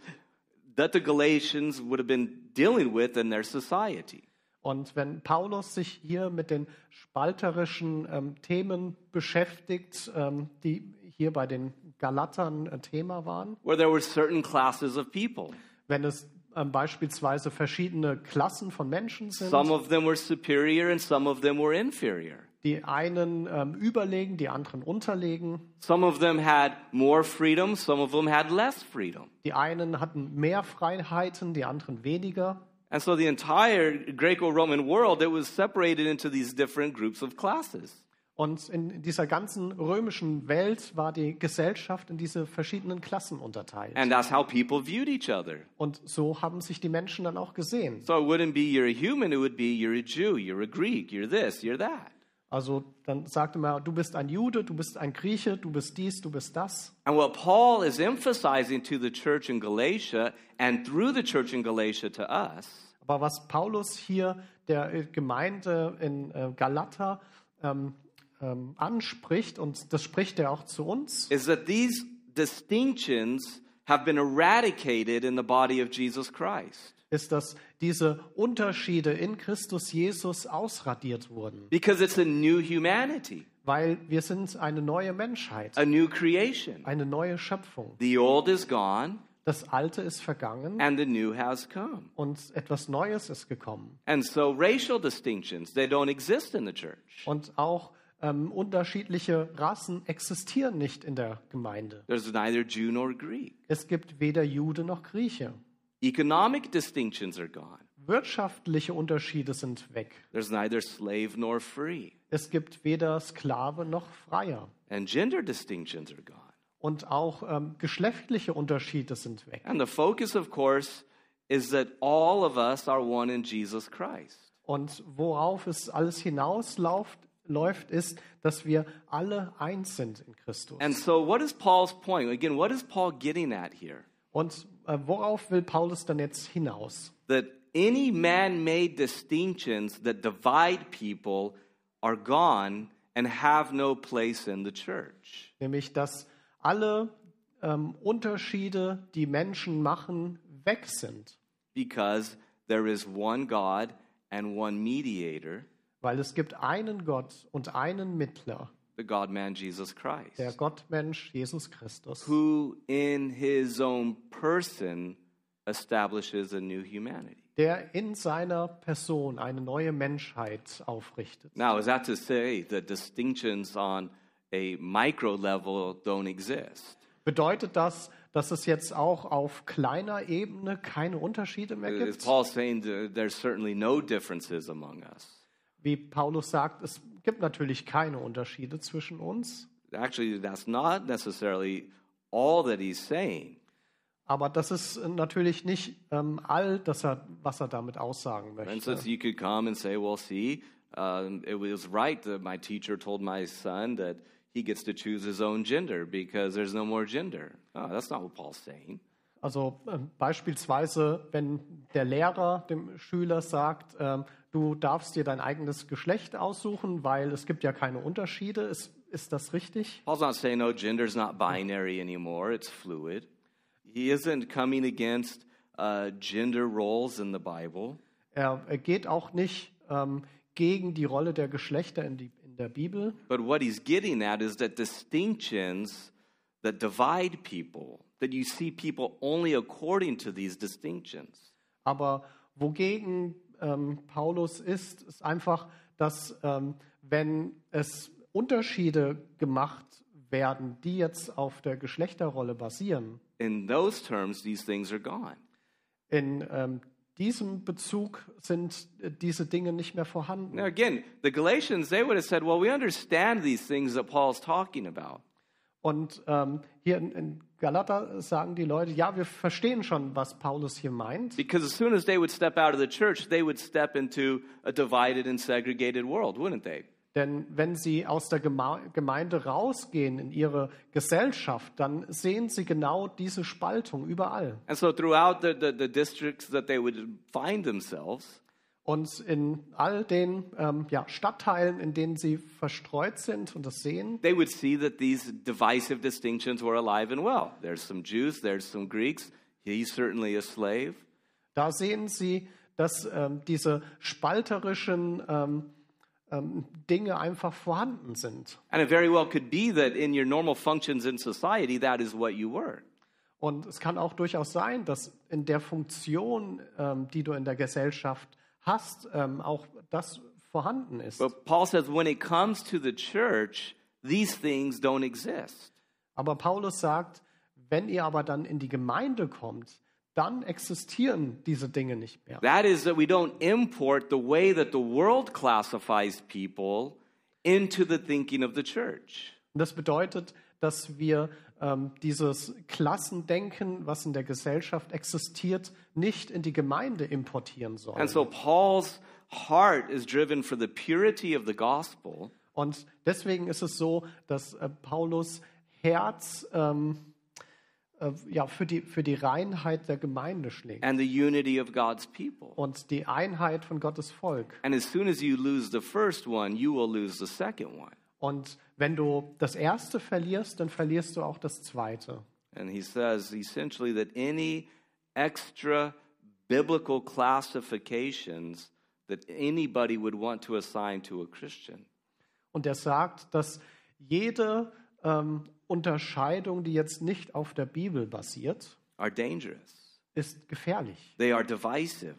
Speaker 1: that the Galatians would have been dealing with in their society.
Speaker 2: Und wenn Paulus sich hier mit den spalterischen ähm, Themen beschäftigt, ähm, die hier bei den Galatern äh, Thema waren,
Speaker 1: where there were certain classes of people.
Speaker 2: wenn es ähm, beispielsweise verschiedene Klassen von Menschen
Speaker 1: Some
Speaker 2: sind,
Speaker 1: of them were superior and some of them were inferior.
Speaker 2: die einen ähm, überlegen, die anderen unterlegen,
Speaker 1: Some of them had more freedom, some of them had less freedom.
Speaker 2: die einen hatten mehr Freiheiten, die anderen weniger.
Speaker 1: And so the entire Greco Roman world it was separated into these different groups of classes.
Speaker 2: Und in dieser ganzen römischen Welt war die Gesellschaft in diese verschiedenen Klassen unterteilt.
Speaker 1: And that's how people viewed each other.
Speaker 2: Und so haben sich die Menschen dann auch gesehen.
Speaker 1: So it wouldn't be you're a human, it would be you're a Jew, you're a Greek, you're this, you're that.
Speaker 2: Also dann sagte man, du bist ein Jude, du bist ein Grieche, du bist dies, du bist das.
Speaker 1: And what Paul is emphasizing to the church in Galatia and through the church in Galatia to us
Speaker 2: Aber was Paulus hier der äh, Gemeinde in äh, Galater ähm, ähm, anspricht, und das spricht er auch zu uns,
Speaker 1: is that these distinctions have been eradicated in the body of Jesus Christ.
Speaker 2: ist, dass diese Unterschiede in Christus Jesus ausradiert wurden.
Speaker 1: Because it's a new humanity,
Speaker 2: Weil wir sind eine neue Menschheit,
Speaker 1: a new creation.
Speaker 2: eine neue Schöpfung.
Speaker 1: The old is gone
Speaker 2: Das Alte ist vergangen
Speaker 1: and the new has come.
Speaker 2: und etwas Neues ist gekommen.
Speaker 1: And so racial distinctions, they don't exist in the church.
Speaker 2: Und auch ähm, unterschiedliche Rassen existieren nicht in der Gemeinde.
Speaker 1: There's neither Jew nor Greek.
Speaker 2: Es gibt weder Jude noch Grieche.
Speaker 1: Economic distinctions are gone.
Speaker 2: Wirtschaftliche Unterschiede sind weg.
Speaker 1: There's neither slave nor free.
Speaker 2: Es gibt weder Sklave noch Freier.
Speaker 1: And gender distinctions are gone.
Speaker 2: Und auch ähm, geschlechtliche Unterschiede sind weg.
Speaker 1: And the focus, of course, is that all of us are one in Jesus Christ.
Speaker 2: Und worauf es alles hinausläuft, läuft, ist, dass wir alle eins sind in Christus.
Speaker 1: And so, what is Paul's point? Again, what is Paul getting at here?
Speaker 2: Und äh, worauf will Paulus dann jetzt hinaus?
Speaker 1: That any man made distinctions that divide people are gone and have no place in the church.
Speaker 2: nämlich dass alle ähm, Unterschiede, die Menschen machen, weg sind,
Speaker 1: Because there is one God and one mediator,
Speaker 2: weil es gibt einen Gott und einen Mittler,
Speaker 1: the God man Jesus Christ,
Speaker 2: der Gottmensch Jesus Christus,
Speaker 1: who in his own person establishes a new humanity.
Speaker 2: der in seiner Person eine neue Menschheit aufrichtet.
Speaker 1: Now, is that to say that distinctions on a micro level don't exist?
Speaker 2: Bedeutet das, dass es jetzt auch auf kleiner Ebene keine Unterschiede mehr
Speaker 1: Is
Speaker 2: gibt?
Speaker 1: Äh, Paul saying th- there's certainly no differences among us?
Speaker 2: Wie Paulus sagt, es gibt natürlich keine Unterschiede zwischen uns,
Speaker 1: Actually, that's not necessarily all that he's saying.
Speaker 2: aber das ist natürlich nicht ähm, all, das er, was er damit aussagen
Speaker 1: For
Speaker 2: möchte.
Speaker 1: instance, you could come and say, well, see, um, it was right that my teacher told my son that he gets to choose his own gender because there's no more gender. Oh, that's not what Paul's saying.
Speaker 2: Also ähm, beispielsweise, wenn der Lehrer dem Schüler sagt, ähm, du darfst dir dein eigenes Geschlecht aussuchen, weil es gibt ja keine Unterschiede, ist, ist das richtig?
Speaker 1: Paul's not saying, no, gender's not binary anymore, it's fluid. He isn't coming against uh, gender roles in the Bible.
Speaker 2: Er, er geht auch nicht ähm, gegen die Rolle der Geschlechter in, die, in der Bibel,
Speaker 1: But what he's getting at is that distinctions that divide people, that you see people only according to these distinctions.
Speaker 2: aber wogegen ähm, Paulus ist, ist einfach, dass ähm, wenn es Unterschiede gemacht werden, die jetzt auf der Geschlechterrolle basieren,
Speaker 1: In those terms, these things are gone.
Speaker 2: In ähm, diesem Bezug sind äh, diese Dinge nicht mehr vorhanden.
Speaker 1: Now, again, the Galatians, they would have said, well, we understand these things that Paul's talking about.
Speaker 2: Und ähm, hier in, in Galater sagen die Leute, ja, wir verstehen schon, was Paulus hier meint.
Speaker 1: Because as soon as they would step out of the church, they would step into a divided and segregated world, wouldn't they?
Speaker 2: Denn wenn sie aus der Gema- Gemeinde rausgehen in ihre Gesellschaft, dann sehen sie genau diese Spaltung überall.
Speaker 1: And so, throughout the, the, the districts that they would find themselves,
Speaker 2: Und in all den ähm, ja, Stadtteilen, in denen sie verstreut sind und das sehen,
Speaker 1: they would see that these divisive distinctions were alive and well. There's some Jews, there's some Greeks. He's certainly a slave.
Speaker 2: da sehen sie, dass ähm, diese spalterischen ähm, ähm, Dinge einfach vorhanden sind.
Speaker 1: And it very well could be that in your normal functions in society, that is what you were.
Speaker 2: Und es kann auch durchaus sein, dass in der Funktion, ähm, die du in der Gesellschaft hast, ähm, auch das vorhanden ist.
Speaker 1: But Paul says when it comes to the church, these things don't exist.
Speaker 2: Aber Paulus sagt, wenn ihr aber dann in die Gemeinde kommt, dann existieren diese Dinge nicht mehr.
Speaker 1: That is, that we don't import the way that the world classifies people into the thinking of the church.
Speaker 2: Und das bedeutet, dass wir ähm, dieses Klassendenken, was in der Gesellschaft existiert, nicht in die Gemeinde importieren sollen.
Speaker 1: And so Paul's heart is driven for the purity of the gospel.
Speaker 2: Und deswegen ist es so, dass äh, Paulus Herz ähm, äh, ja, für, die, für die Reinheit der Gemeinde schlägt
Speaker 1: and the unity of God's people.
Speaker 2: und die Einheit von Gottes Volk.
Speaker 1: And as soon as you lose the first one, you will lose the second one.
Speaker 2: Und wenn du das Erste verlierst, dann verlierst du auch das Zweite.
Speaker 1: And he says essentially that any extra biblical classifications that anybody would want to assign to a Christian
Speaker 2: Und er sagt, dass jede ähm, Unterscheidung, die jetzt nicht auf der Bibel basiert,
Speaker 1: are dangerous.
Speaker 2: ist gefährlich.
Speaker 1: They are divisive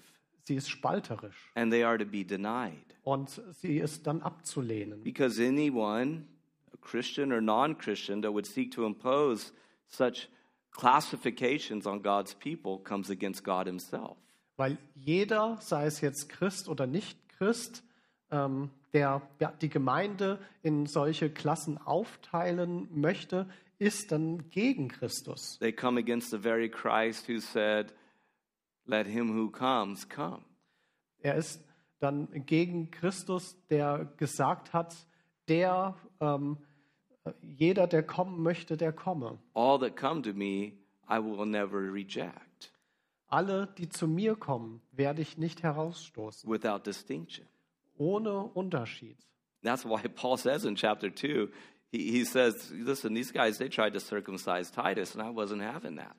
Speaker 2: Sie ist spalterisch
Speaker 1: and they are to be denied
Speaker 2: und sie ist dann abzulehnen.
Speaker 1: because anyone, a Christian or non Christian, that would seek to impose such classifications on God's people comes against God Himself.
Speaker 2: Weil jeder, sei es jetzt Christ oder nicht Christ, ähm, der ja, die Gemeinde in solche Klassen aufteilen möchte, ist dann gegen Christus.
Speaker 1: They come against the very Christ who said, Let him who comes come.
Speaker 2: Er ist dann gegen Christus, der gesagt hat, der ähm, jeder, der kommen möchte, der komme.
Speaker 1: All that come to me, I will never reject
Speaker 2: Alle, die zu mir kommen, werde ich nicht herausstoßen,
Speaker 1: without distinction.
Speaker 2: ohne Unterschied.
Speaker 1: That's why Paul says in chapter 2, he, he says, Listen, these guys, they tried to circumcise Titus, and I wasn't having that.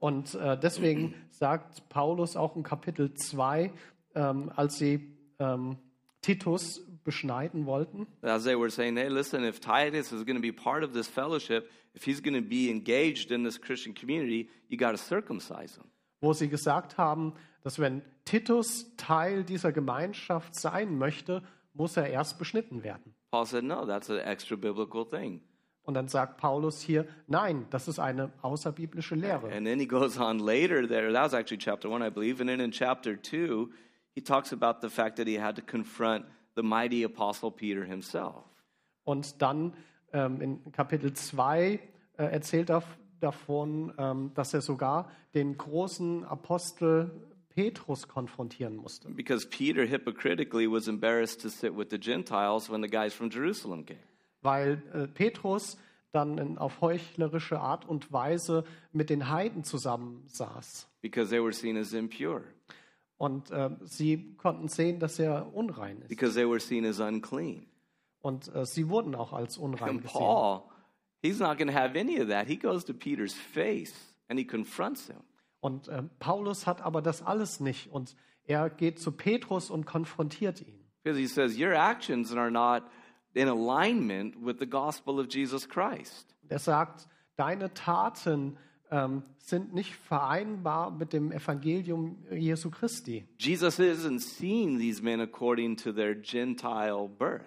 Speaker 2: Und äh, deswegen sagt Paulus auch in Kapitel 2, ähm, als sie ähm, Titus beschneiden wollten,
Speaker 1: As they were saying, Hey, listen, if Titus is going to be part of this fellowship, if he's going to be engaged in this Christian community, you got to circumcise him.
Speaker 2: wo sie gesagt haben, dass wenn Titus Teil dieser Gemeinschaft sein möchte, muss er erst beschnitten werden.
Speaker 1: Paul said, No, that's an extra biblical thing.
Speaker 2: Und dann sagt Paulus hier, nein, das ist eine außerbiblische Lehre.
Speaker 1: And then he goes on later there. That was actually chapter one, I believe. And then in chapter two, he talks about the fact that he had to confront the mighty apostle Peter himself.
Speaker 2: Und dann ähm, in Kapitel 2 äh, erzählt er f- davon, ähm, dass er sogar den großen Apostel Petrus konfrontieren musste.
Speaker 1: Because Peter hypocritically was embarrassed to sit with the Gentiles when the guys from Jerusalem came.
Speaker 2: weil äh, Petrus dann in, auf heuchlerische Art und Weise mit den Heiden zusammensaß.
Speaker 1: Because they were seen as impure.
Speaker 2: Und äh, sie konnten sehen, dass er unrein ist.
Speaker 1: Because they were seen as unclean.
Speaker 2: Und äh, sie wurden auch als unrein
Speaker 1: And
Speaker 2: gesehen.
Speaker 1: Paul, he's not going to have any of that. He goes to Peter's face and he confronts him.
Speaker 2: Und äh, Paulus hat aber das alles nicht. Und er geht zu Petrus und konfrontiert ihn.
Speaker 1: Because he says, Your actions are not in alignment with the gospel of Jesus Christ.
Speaker 2: Und er sagt, deine Taten ähm, sind nicht vereinbar mit dem Evangelium Jesu Christi.
Speaker 1: Jesus isn't seeing these men according to their Gentile birth.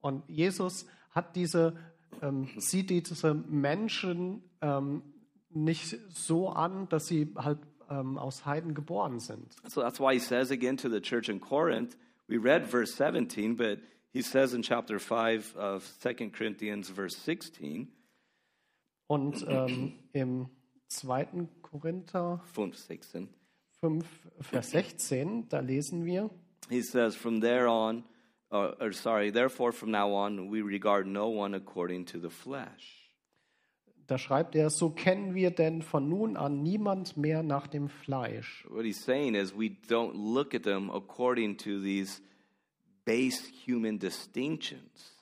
Speaker 2: Und Jesus hat diese, ähm, sieht diese Menschen ähm, nicht so an, dass sie halt ähm, aus Heiden geboren sind.
Speaker 1: So that's why he says again to the church in Corinth, we read verse 17, but he says in chapter 5 of 2 Corinthians, verse 16,
Speaker 2: Und ähm, im 2. Korinther
Speaker 1: 5, 16,
Speaker 2: 5, Vers 16, da lesen wir,
Speaker 1: he says, From there on, uh, or, or sorry, therefore from now on we regard no one according to the flesh.
Speaker 2: Da schreibt er, so kennen wir denn von nun an niemand mehr nach dem Fleisch.
Speaker 1: What he's saying is we don't look at them according to these base human distinctions.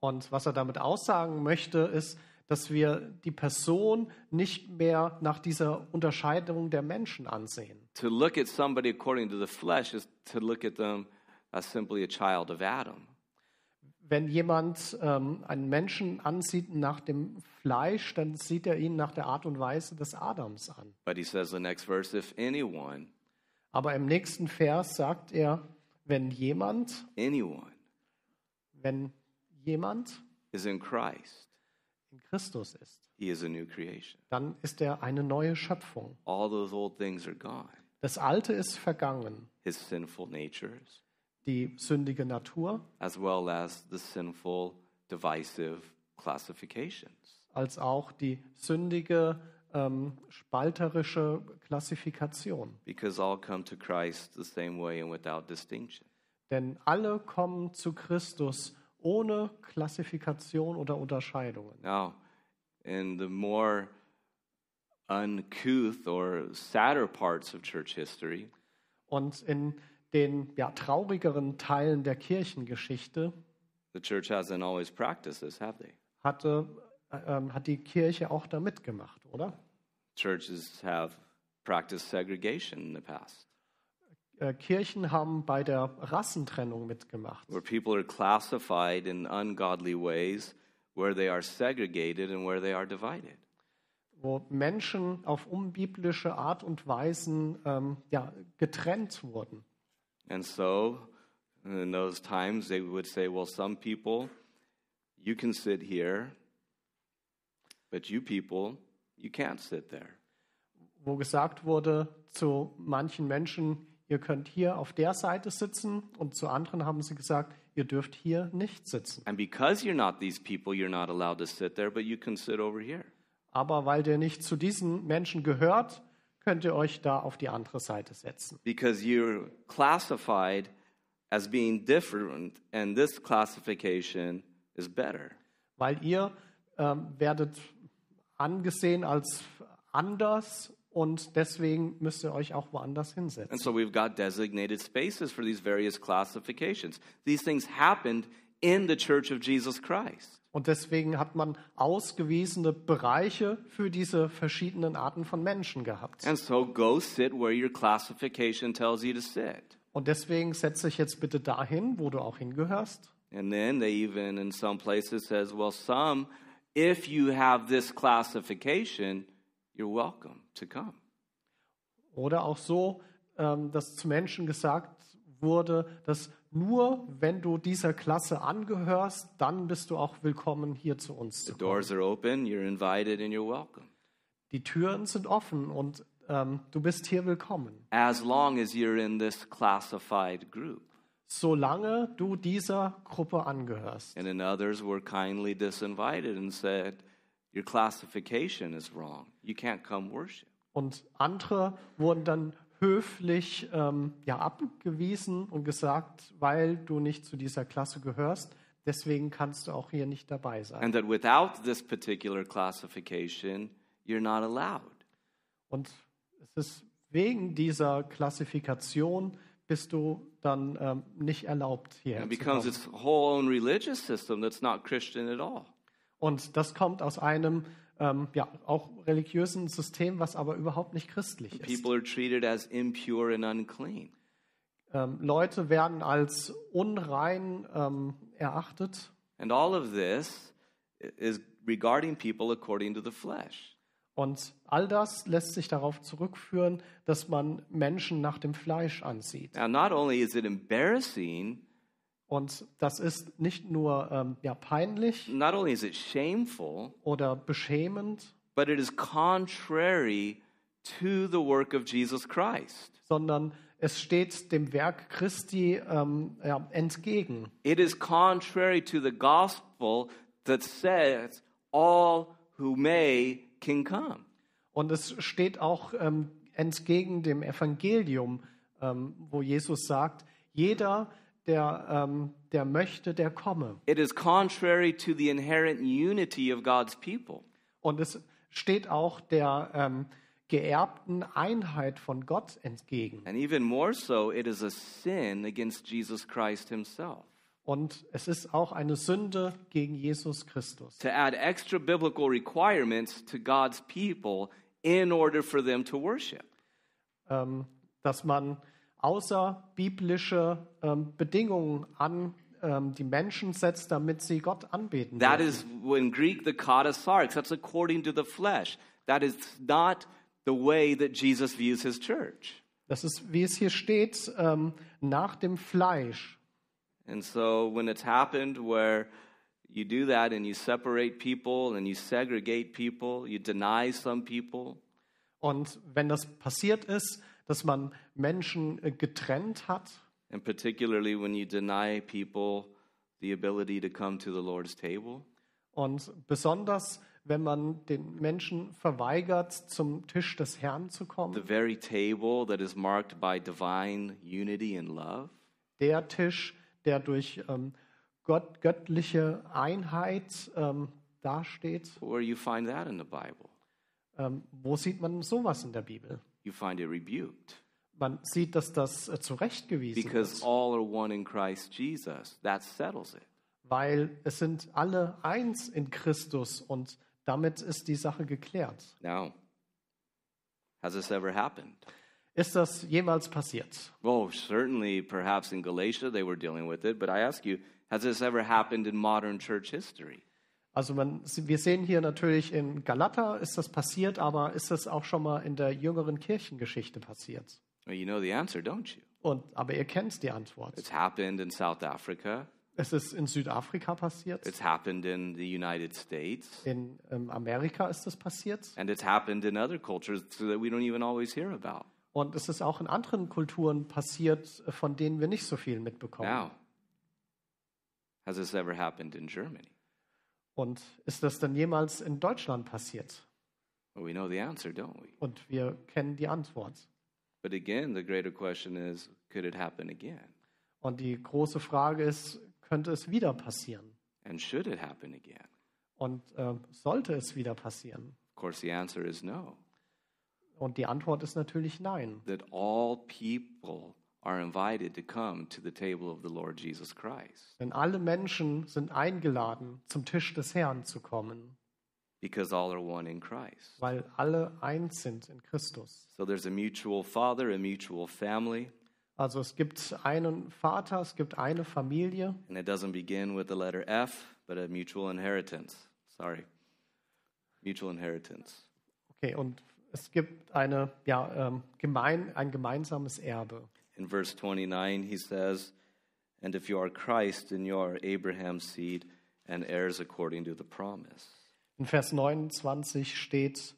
Speaker 2: Und was er damit aussagen möchte, ist, dass wir die Person nicht mehr nach dieser Unterscheidung der Menschen ansehen.
Speaker 1: To look at somebody according to the flesh is to look at them as simply a child of Adam.
Speaker 2: Wenn jemand ähm, einen Menschen ansieht nach dem Fleisch, dann sieht er ihn nach der Art und Weise des Adams an.
Speaker 1: But he says the next verse if anyone,
Speaker 2: Aber im nächsten Vers sagt er, wenn jemand,
Speaker 1: anyone
Speaker 2: wenn jemand
Speaker 1: is in Christ,
Speaker 2: in Christus ist,
Speaker 1: he is a new creation.
Speaker 2: dann ist er eine neue Schöpfung.
Speaker 1: All those old things are gone.
Speaker 2: Das Alte ist vergangen,
Speaker 1: His sinful natures,
Speaker 2: die sündige Natur
Speaker 1: as well as the sinful, divisive classifications.
Speaker 2: als auch die sündige, ähm, spalterische Klassifikation.
Speaker 1: Because all come to Christ the same way and without distinction.
Speaker 2: Denn alle kommen zu Christus ohne Klassifikation oder Unterscheidungen.
Speaker 1: Now, in the more uncouth or sadder parts of church history,
Speaker 2: Und in den ja, traurigeren Teilen der Kirchengeschichte
Speaker 1: the church hasn't always practiced this, have they?
Speaker 2: hatte, ähm, hat die Kirche auch da mitgemacht, oder?
Speaker 1: Churches have practiced segregation in the past,
Speaker 2: Äh, Kirchen haben bei der Rassentrennung mitgemacht.
Speaker 1: where people are classified in ungodly ways, where they are segregated and where they are divided.
Speaker 2: wo Menschen auf unbiblische Art und Weisen ähm, ja, getrennt wurden.
Speaker 1: And so, in those times, they would say, Well, some people, you can sit here, but you people, you can't sit there.
Speaker 2: Wo gesagt wurde zu manchen Menschen, ihr könnt hier auf der Seite sitzen und zu anderen haben sie gesagt, ihr dürft hier nicht sitzen.
Speaker 1: And because you're not these people, you're not allowed to sit there, but you can sit over here.
Speaker 2: Aber weil ihr nicht zu diesen Menschen gehört, könnt ihr euch da auf die andere Seite setzen.
Speaker 1: Because you're classified as being different, and this classification is better.
Speaker 2: Weil ihr ähm, werdet angesehen als anders und deswegen müsst ihr euch auch woanders hinsetzen.
Speaker 1: And so we've got designated spaces for these various classifications. These things happened in the church of Jesus Christ.
Speaker 2: Und deswegen hat man ausgewiesene Bereiche für diese verschiedenen Arten von Menschen gehabt.
Speaker 1: And so go sit where your classification tells you to sit.
Speaker 2: Und deswegen setze dich jetzt bitte dahin, wo du auch hingehörst.
Speaker 1: And then they even in some places says, well, some, if you have this classification, you're welcome to come.
Speaker 2: Oder auch so, ähm, dass zu Menschen gesagt wurde, dass nur wenn du dieser Klasse angehörst, dann bist du auch willkommen hier zu uns.
Speaker 1: The
Speaker 2: Zu kommen.
Speaker 1: doors are open, you're invited, and you're welcome.
Speaker 2: Die Türen sind offen und ähm, du bist hier willkommen,
Speaker 1: As long as you're in this classified group.
Speaker 2: solange du dieser Gruppe angehörst.
Speaker 1: And then others were kindly disinvited and said, your classification is wrong. You can't come worship.
Speaker 2: Und andere wurden dann höflich ähm, ja, abgewiesen und gesagt, weil du nicht zu dieser Klasse gehörst, deswegen kannst du auch hier nicht dabei sein.
Speaker 1: And that without this particular classification, you're not allowed.
Speaker 2: Und es ist wegen dieser Klassifikation bist du dann ähm, nicht erlaubt hierher
Speaker 1: It
Speaker 2: zu
Speaker 1: becomes
Speaker 2: kommen.
Speaker 1: its whole own religious system that's not Christian at all.
Speaker 2: Und das kommt aus einem ähm, ja, auch religiösen System, was aber überhaupt nicht christlich ist.
Speaker 1: People are treated as impure and unclean.
Speaker 2: Ähm, Leute werden als unrein ähm, erachtet
Speaker 1: And all of this i- is regarding people according to the flesh.
Speaker 2: Und all das lässt sich darauf zurückführen, dass man Menschen nach dem Fleisch ansieht.
Speaker 1: Now, not only is it embarrassing,
Speaker 2: Und das ist nicht nur ähm, ja, peinlich
Speaker 1: not only is it shameful,
Speaker 2: oder beschämend,
Speaker 1: but it is contrary to the work of Jesus Christ.
Speaker 2: sondern es steht dem Werk Christi ähm, ja, entgegen.
Speaker 1: It is contrary to the gospel that says all who may can come.
Speaker 2: Und es steht auch ähm, entgegen dem Evangelium, ähm, wo Jesus sagt, jeder, der, ähm, der möchte, der komme.
Speaker 1: It is contrary to the inherent unity of God's people.
Speaker 2: Und es steht auch der ähm, geerbten Einheit von Gott entgegen.
Speaker 1: And even more so, it is a sin against Jesus Christ himself.
Speaker 2: Und es ist auch eine Sünde gegen Jesus Christus,
Speaker 1: To add extra biblical requirements to God's people in order for them to worship.
Speaker 2: ähm, dass man außerbiblische ähm, Bedingungen an ähm, die Menschen setzt, damit sie Gott anbeten.
Speaker 1: That
Speaker 2: dürfen.
Speaker 1: is in Greek the kata sarx. That's according to the flesh. That is not the way that Jesus views his church.
Speaker 2: Das ist, wie es hier steht, ähm, nach dem Fleisch.
Speaker 1: And so when it's happened where you do that and you separate people and you segregate people, you deny some people,
Speaker 2: Und wenn das passiert ist, dass man Menschen äh, getrennt hat,
Speaker 1: and particularly when you deny people the ability to come to the Lord's table,
Speaker 2: Und besonders, wenn man den Menschen verweigert, zum Tisch des Herrn zu
Speaker 1: the
Speaker 2: kommen,
Speaker 1: very table that is marked by divine unity and love,
Speaker 2: der Tisch, der durch ähm, Gott, göttliche Einheit ähm, dasteht,
Speaker 1: where you find that in the Bible?
Speaker 2: ähm, wo sieht man sowas in der Bibel?
Speaker 1: You find it rebuked
Speaker 2: Man sieht, dass das äh, zurechtgewiesen
Speaker 1: because
Speaker 2: ist,
Speaker 1: all are one in Christ Jesus. That settles it.
Speaker 2: weil es sind alle eins in Christus und damit ist die Sache geklärt.
Speaker 1: Now, has this ever happened?
Speaker 2: Ist das jemals passiert?
Speaker 1: Well, certainly, perhaps in Galatia they were dealing with it, but I ask you, has this ever happened in modern church history?
Speaker 2: Also man, wir sehen hier natürlich in Galater ist das passiert, aber ist das auch schon mal in der jüngeren Kirchengeschichte passiert?
Speaker 1: Well, you know the answer, don't you?
Speaker 2: Und, aber ihr kennt die Antwort.
Speaker 1: It's happened in South Africa,
Speaker 2: Es ist in Südafrika passiert,
Speaker 1: it's happened in the United States,
Speaker 2: in ähm, Amerika ist es passiert
Speaker 1: and it's happened in other cultures that we don't even always hear about.
Speaker 2: und es ist auch in anderen Kulturen passiert, von denen wir nicht so viel mitbekommen.
Speaker 1: Now, has this ever happened in Germany?
Speaker 2: Und ist das dann jemals in Deutschland passiert?
Speaker 1: Well, we know the answer, don't we?
Speaker 2: Und wir kennen die Antwort.
Speaker 1: But again, the greater question is could it happen again?
Speaker 2: Und die große Frage ist, könnte es wieder passieren?
Speaker 1: And should it happen again? Of
Speaker 2: Und äh, sollte es wieder passieren?
Speaker 1: course, the answer is no.
Speaker 2: Und die Antwort ist natürlich nein.
Speaker 1: that all people are invited to come to the table of the Lord Jesus Christ
Speaker 2: Denn alle Menschen sind eingeladen, zum Tisch des Herrn zu kommen,
Speaker 1: because all are one in Christ.
Speaker 2: weil alle eins sind in Christus.
Speaker 1: So there's a mutual father, a mutual family,
Speaker 2: Also es gibt einen Vater, es gibt eine Familie
Speaker 1: and it doesn't begin with the letter F, but a mutual inheritance. Sorry. Mutual inheritance.
Speaker 2: okay, und es gibt eine, ja, ähm, gemein, ein gemeinsames Erbe.
Speaker 1: In verse 29, he says, And if you are Christ, then you are Abraham's seed and heirs according to the promise.
Speaker 2: In Vers 29 steht,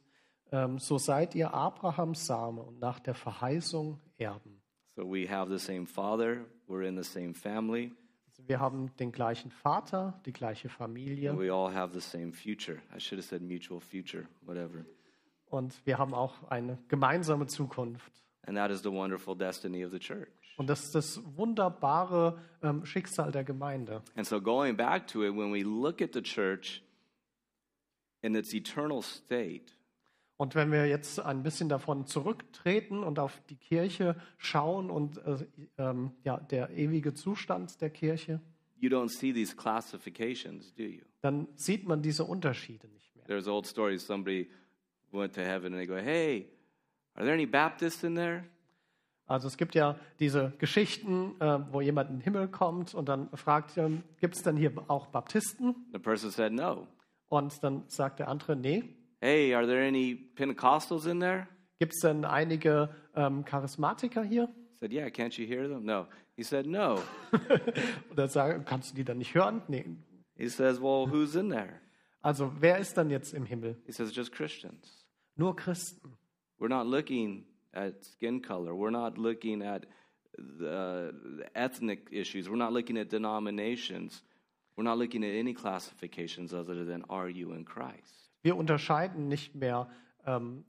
Speaker 2: ähm, so seid ihr Abrahams Same und nach der Verheißung Erben.
Speaker 1: So we have the same father, we're in the same family,
Speaker 2: Also wir haben den gleichen Vater, die gleiche Familie.
Speaker 1: And we all have the same future. I should have said mutual future, whatever.
Speaker 2: Und wir haben auch eine gemeinsame Zukunft.
Speaker 1: And that is the wonderful destiny of the church.
Speaker 2: Und das ist das wunderbare ähm, Schicksal der Gemeinde.
Speaker 1: And so, going back to it, when we look at the church in its eternal state,
Speaker 2: Und wenn wir jetzt ein bisschen davon zurücktreten und auf die Kirche schauen und äh, ähm, ja, der ewige Zustand der Kirche,
Speaker 1: you don't see these classifications, do you?
Speaker 2: dann sieht man diese Unterschiede nicht mehr.
Speaker 1: There's old stories somebody went to heaven and they go, Hey, are there any Baptists in there?
Speaker 2: Also es gibt ja diese Geschichten, äh, wo jemand in den Himmel kommt und dann fragt, ähm, gibt es denn hier auch Baptisten?
Speaker 1: The person said, No.
Speaker 2: Und dann sagt der andere, nee.
Speaker 1: Hey, are there any Pentecostals in there?
Speaker 2: Gibt es denn einige ähm, Charismatiker hier?
Speaker 1: said, Yeah, can't you hear them? No. He said, No.
Speaker 2: Und dann sagen, kannst du die dann nicht hören? Nee.
Speaker 1: He says, Well, who's in there?
Speaker 2: Also wer ist dann jetzt im Himmel?
Speaker 1: He says, Just Christians.
Speaker 2: Nur Christen.
Speaker 1: We're not looking at skin color. We're not looking at the ethnic issues. We're not looking at denominations. We're not looking at any classifications other than are you in Christ?
Speaker 2: Wir unterscheiden nicht mehr ähm,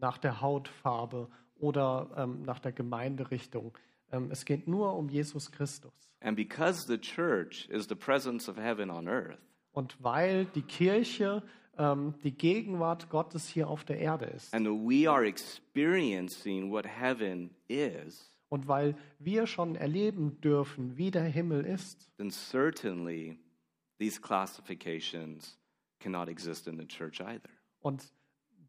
Speaker 2: nach der Hautfarbe oder ähm, nach der Gemeinderichtung. Ähm, Es geht nur um Jesus Christus.
Speaker 1: And because the church is the presence of heaven on earth,
Speaker 2: Und weil die Kirche ähm, die Gegenwart Gottes hier auf der Erde ist
Speaker 1: and we are experiencing what heaven is,
Speaker 2: und weil wir schon erleben dürfen, wie der Himmel ist,
Speaker 1: then certainly these classifications cannot exist in the church either.
Speaker 2: Und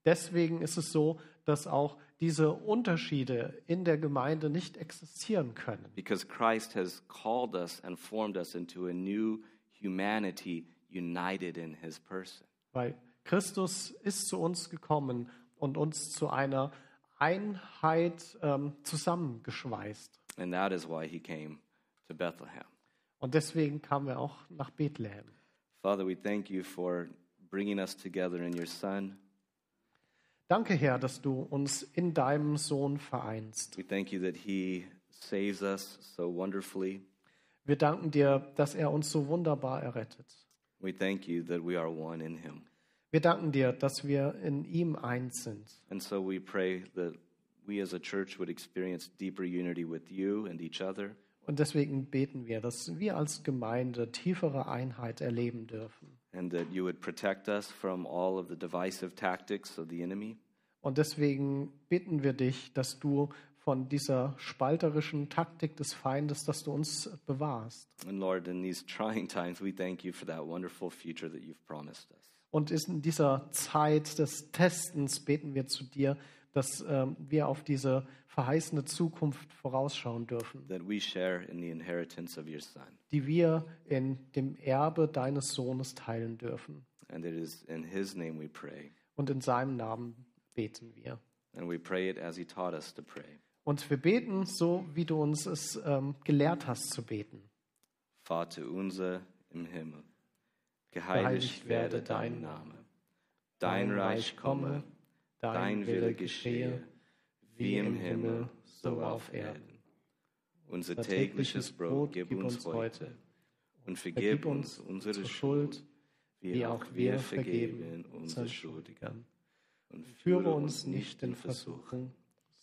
Speaker 2: deswegen ist es so, dass auch diese Unterschiede in der Gemeinde nicht existieren können,
Speaker 1: Because Christ has called us and formed us into a new humanity united in his person.
Speaker 2: weil Christus ist zu uns gekommen und uns zu einer Einheit ähm, zusammengeschweißt.
Speaker 1: And that is why he came to Bethlehem.
Speaker 2: Und deswegen kamen wir auch nach Bethlehem.
Speaker 1: Father, we thank you for bringing us together in your Son.
Speaker 2: Danke, Herr, dass du uns in deinem Sohn vereinst.
Speaker 1: We thank you that he saves us so wonderfully.
Speaker 2: Wir danken dir, dass er uns so wunderbar errettet.
Speaker 1: We thank you that we are one in him.
Speaker 2: Wir danken dir, dass wir in ihm eins sind.
Speaker 1: And so we pray that we as a church would experience deeper unity with you and each other.
Speaker 2: Und deswegen beten wir, dass wir als Gemeinde tiefere Einheit erleben dürfen.
Speaker 1: and that you would protect us from all of the divisive tactics of the enemy,
Speaker 2: Und deswegen bitten wir dich, dass du von dieser spalterischen Taktik des Feindes, dass du uns bewahrst.
Speaker 1: and Lord, in these trying times, we thank you for that wonderful future that you've promised us.
Speaker 2: Und ist in dieser Zeit des Testens beten wir zu dir, dass ähm, wir auf diese verheißene Zukunft vorausschauen dürfen,
Speaker 1: That we share in the inheritance of your Son,
Speaker 2: die wir in dem Erbe deines Sohnes teilen dürfen.
Speaker 1: and it is in His name we pray,
Speaker 2: Und in seinem Namen beten wir.
Speaker 1: and we pray it as He taught us to pray.
Speaker 2: Und wir beten so, wie du uns es ähm, gelehrt hast zu beten.
Speaker 1: Vater unser im Himmel, geheiligt werde dein Name, dein Reich komme, dein Wille geschehe, wie im Himmel, so auf Erden. Unser tägliches Brot gib uns heute und vergib uns unsere Schuld, wie auch wir vergeben unseren Schuldigern. Und
Speaker 2: Führe uns nicht in Versuchung,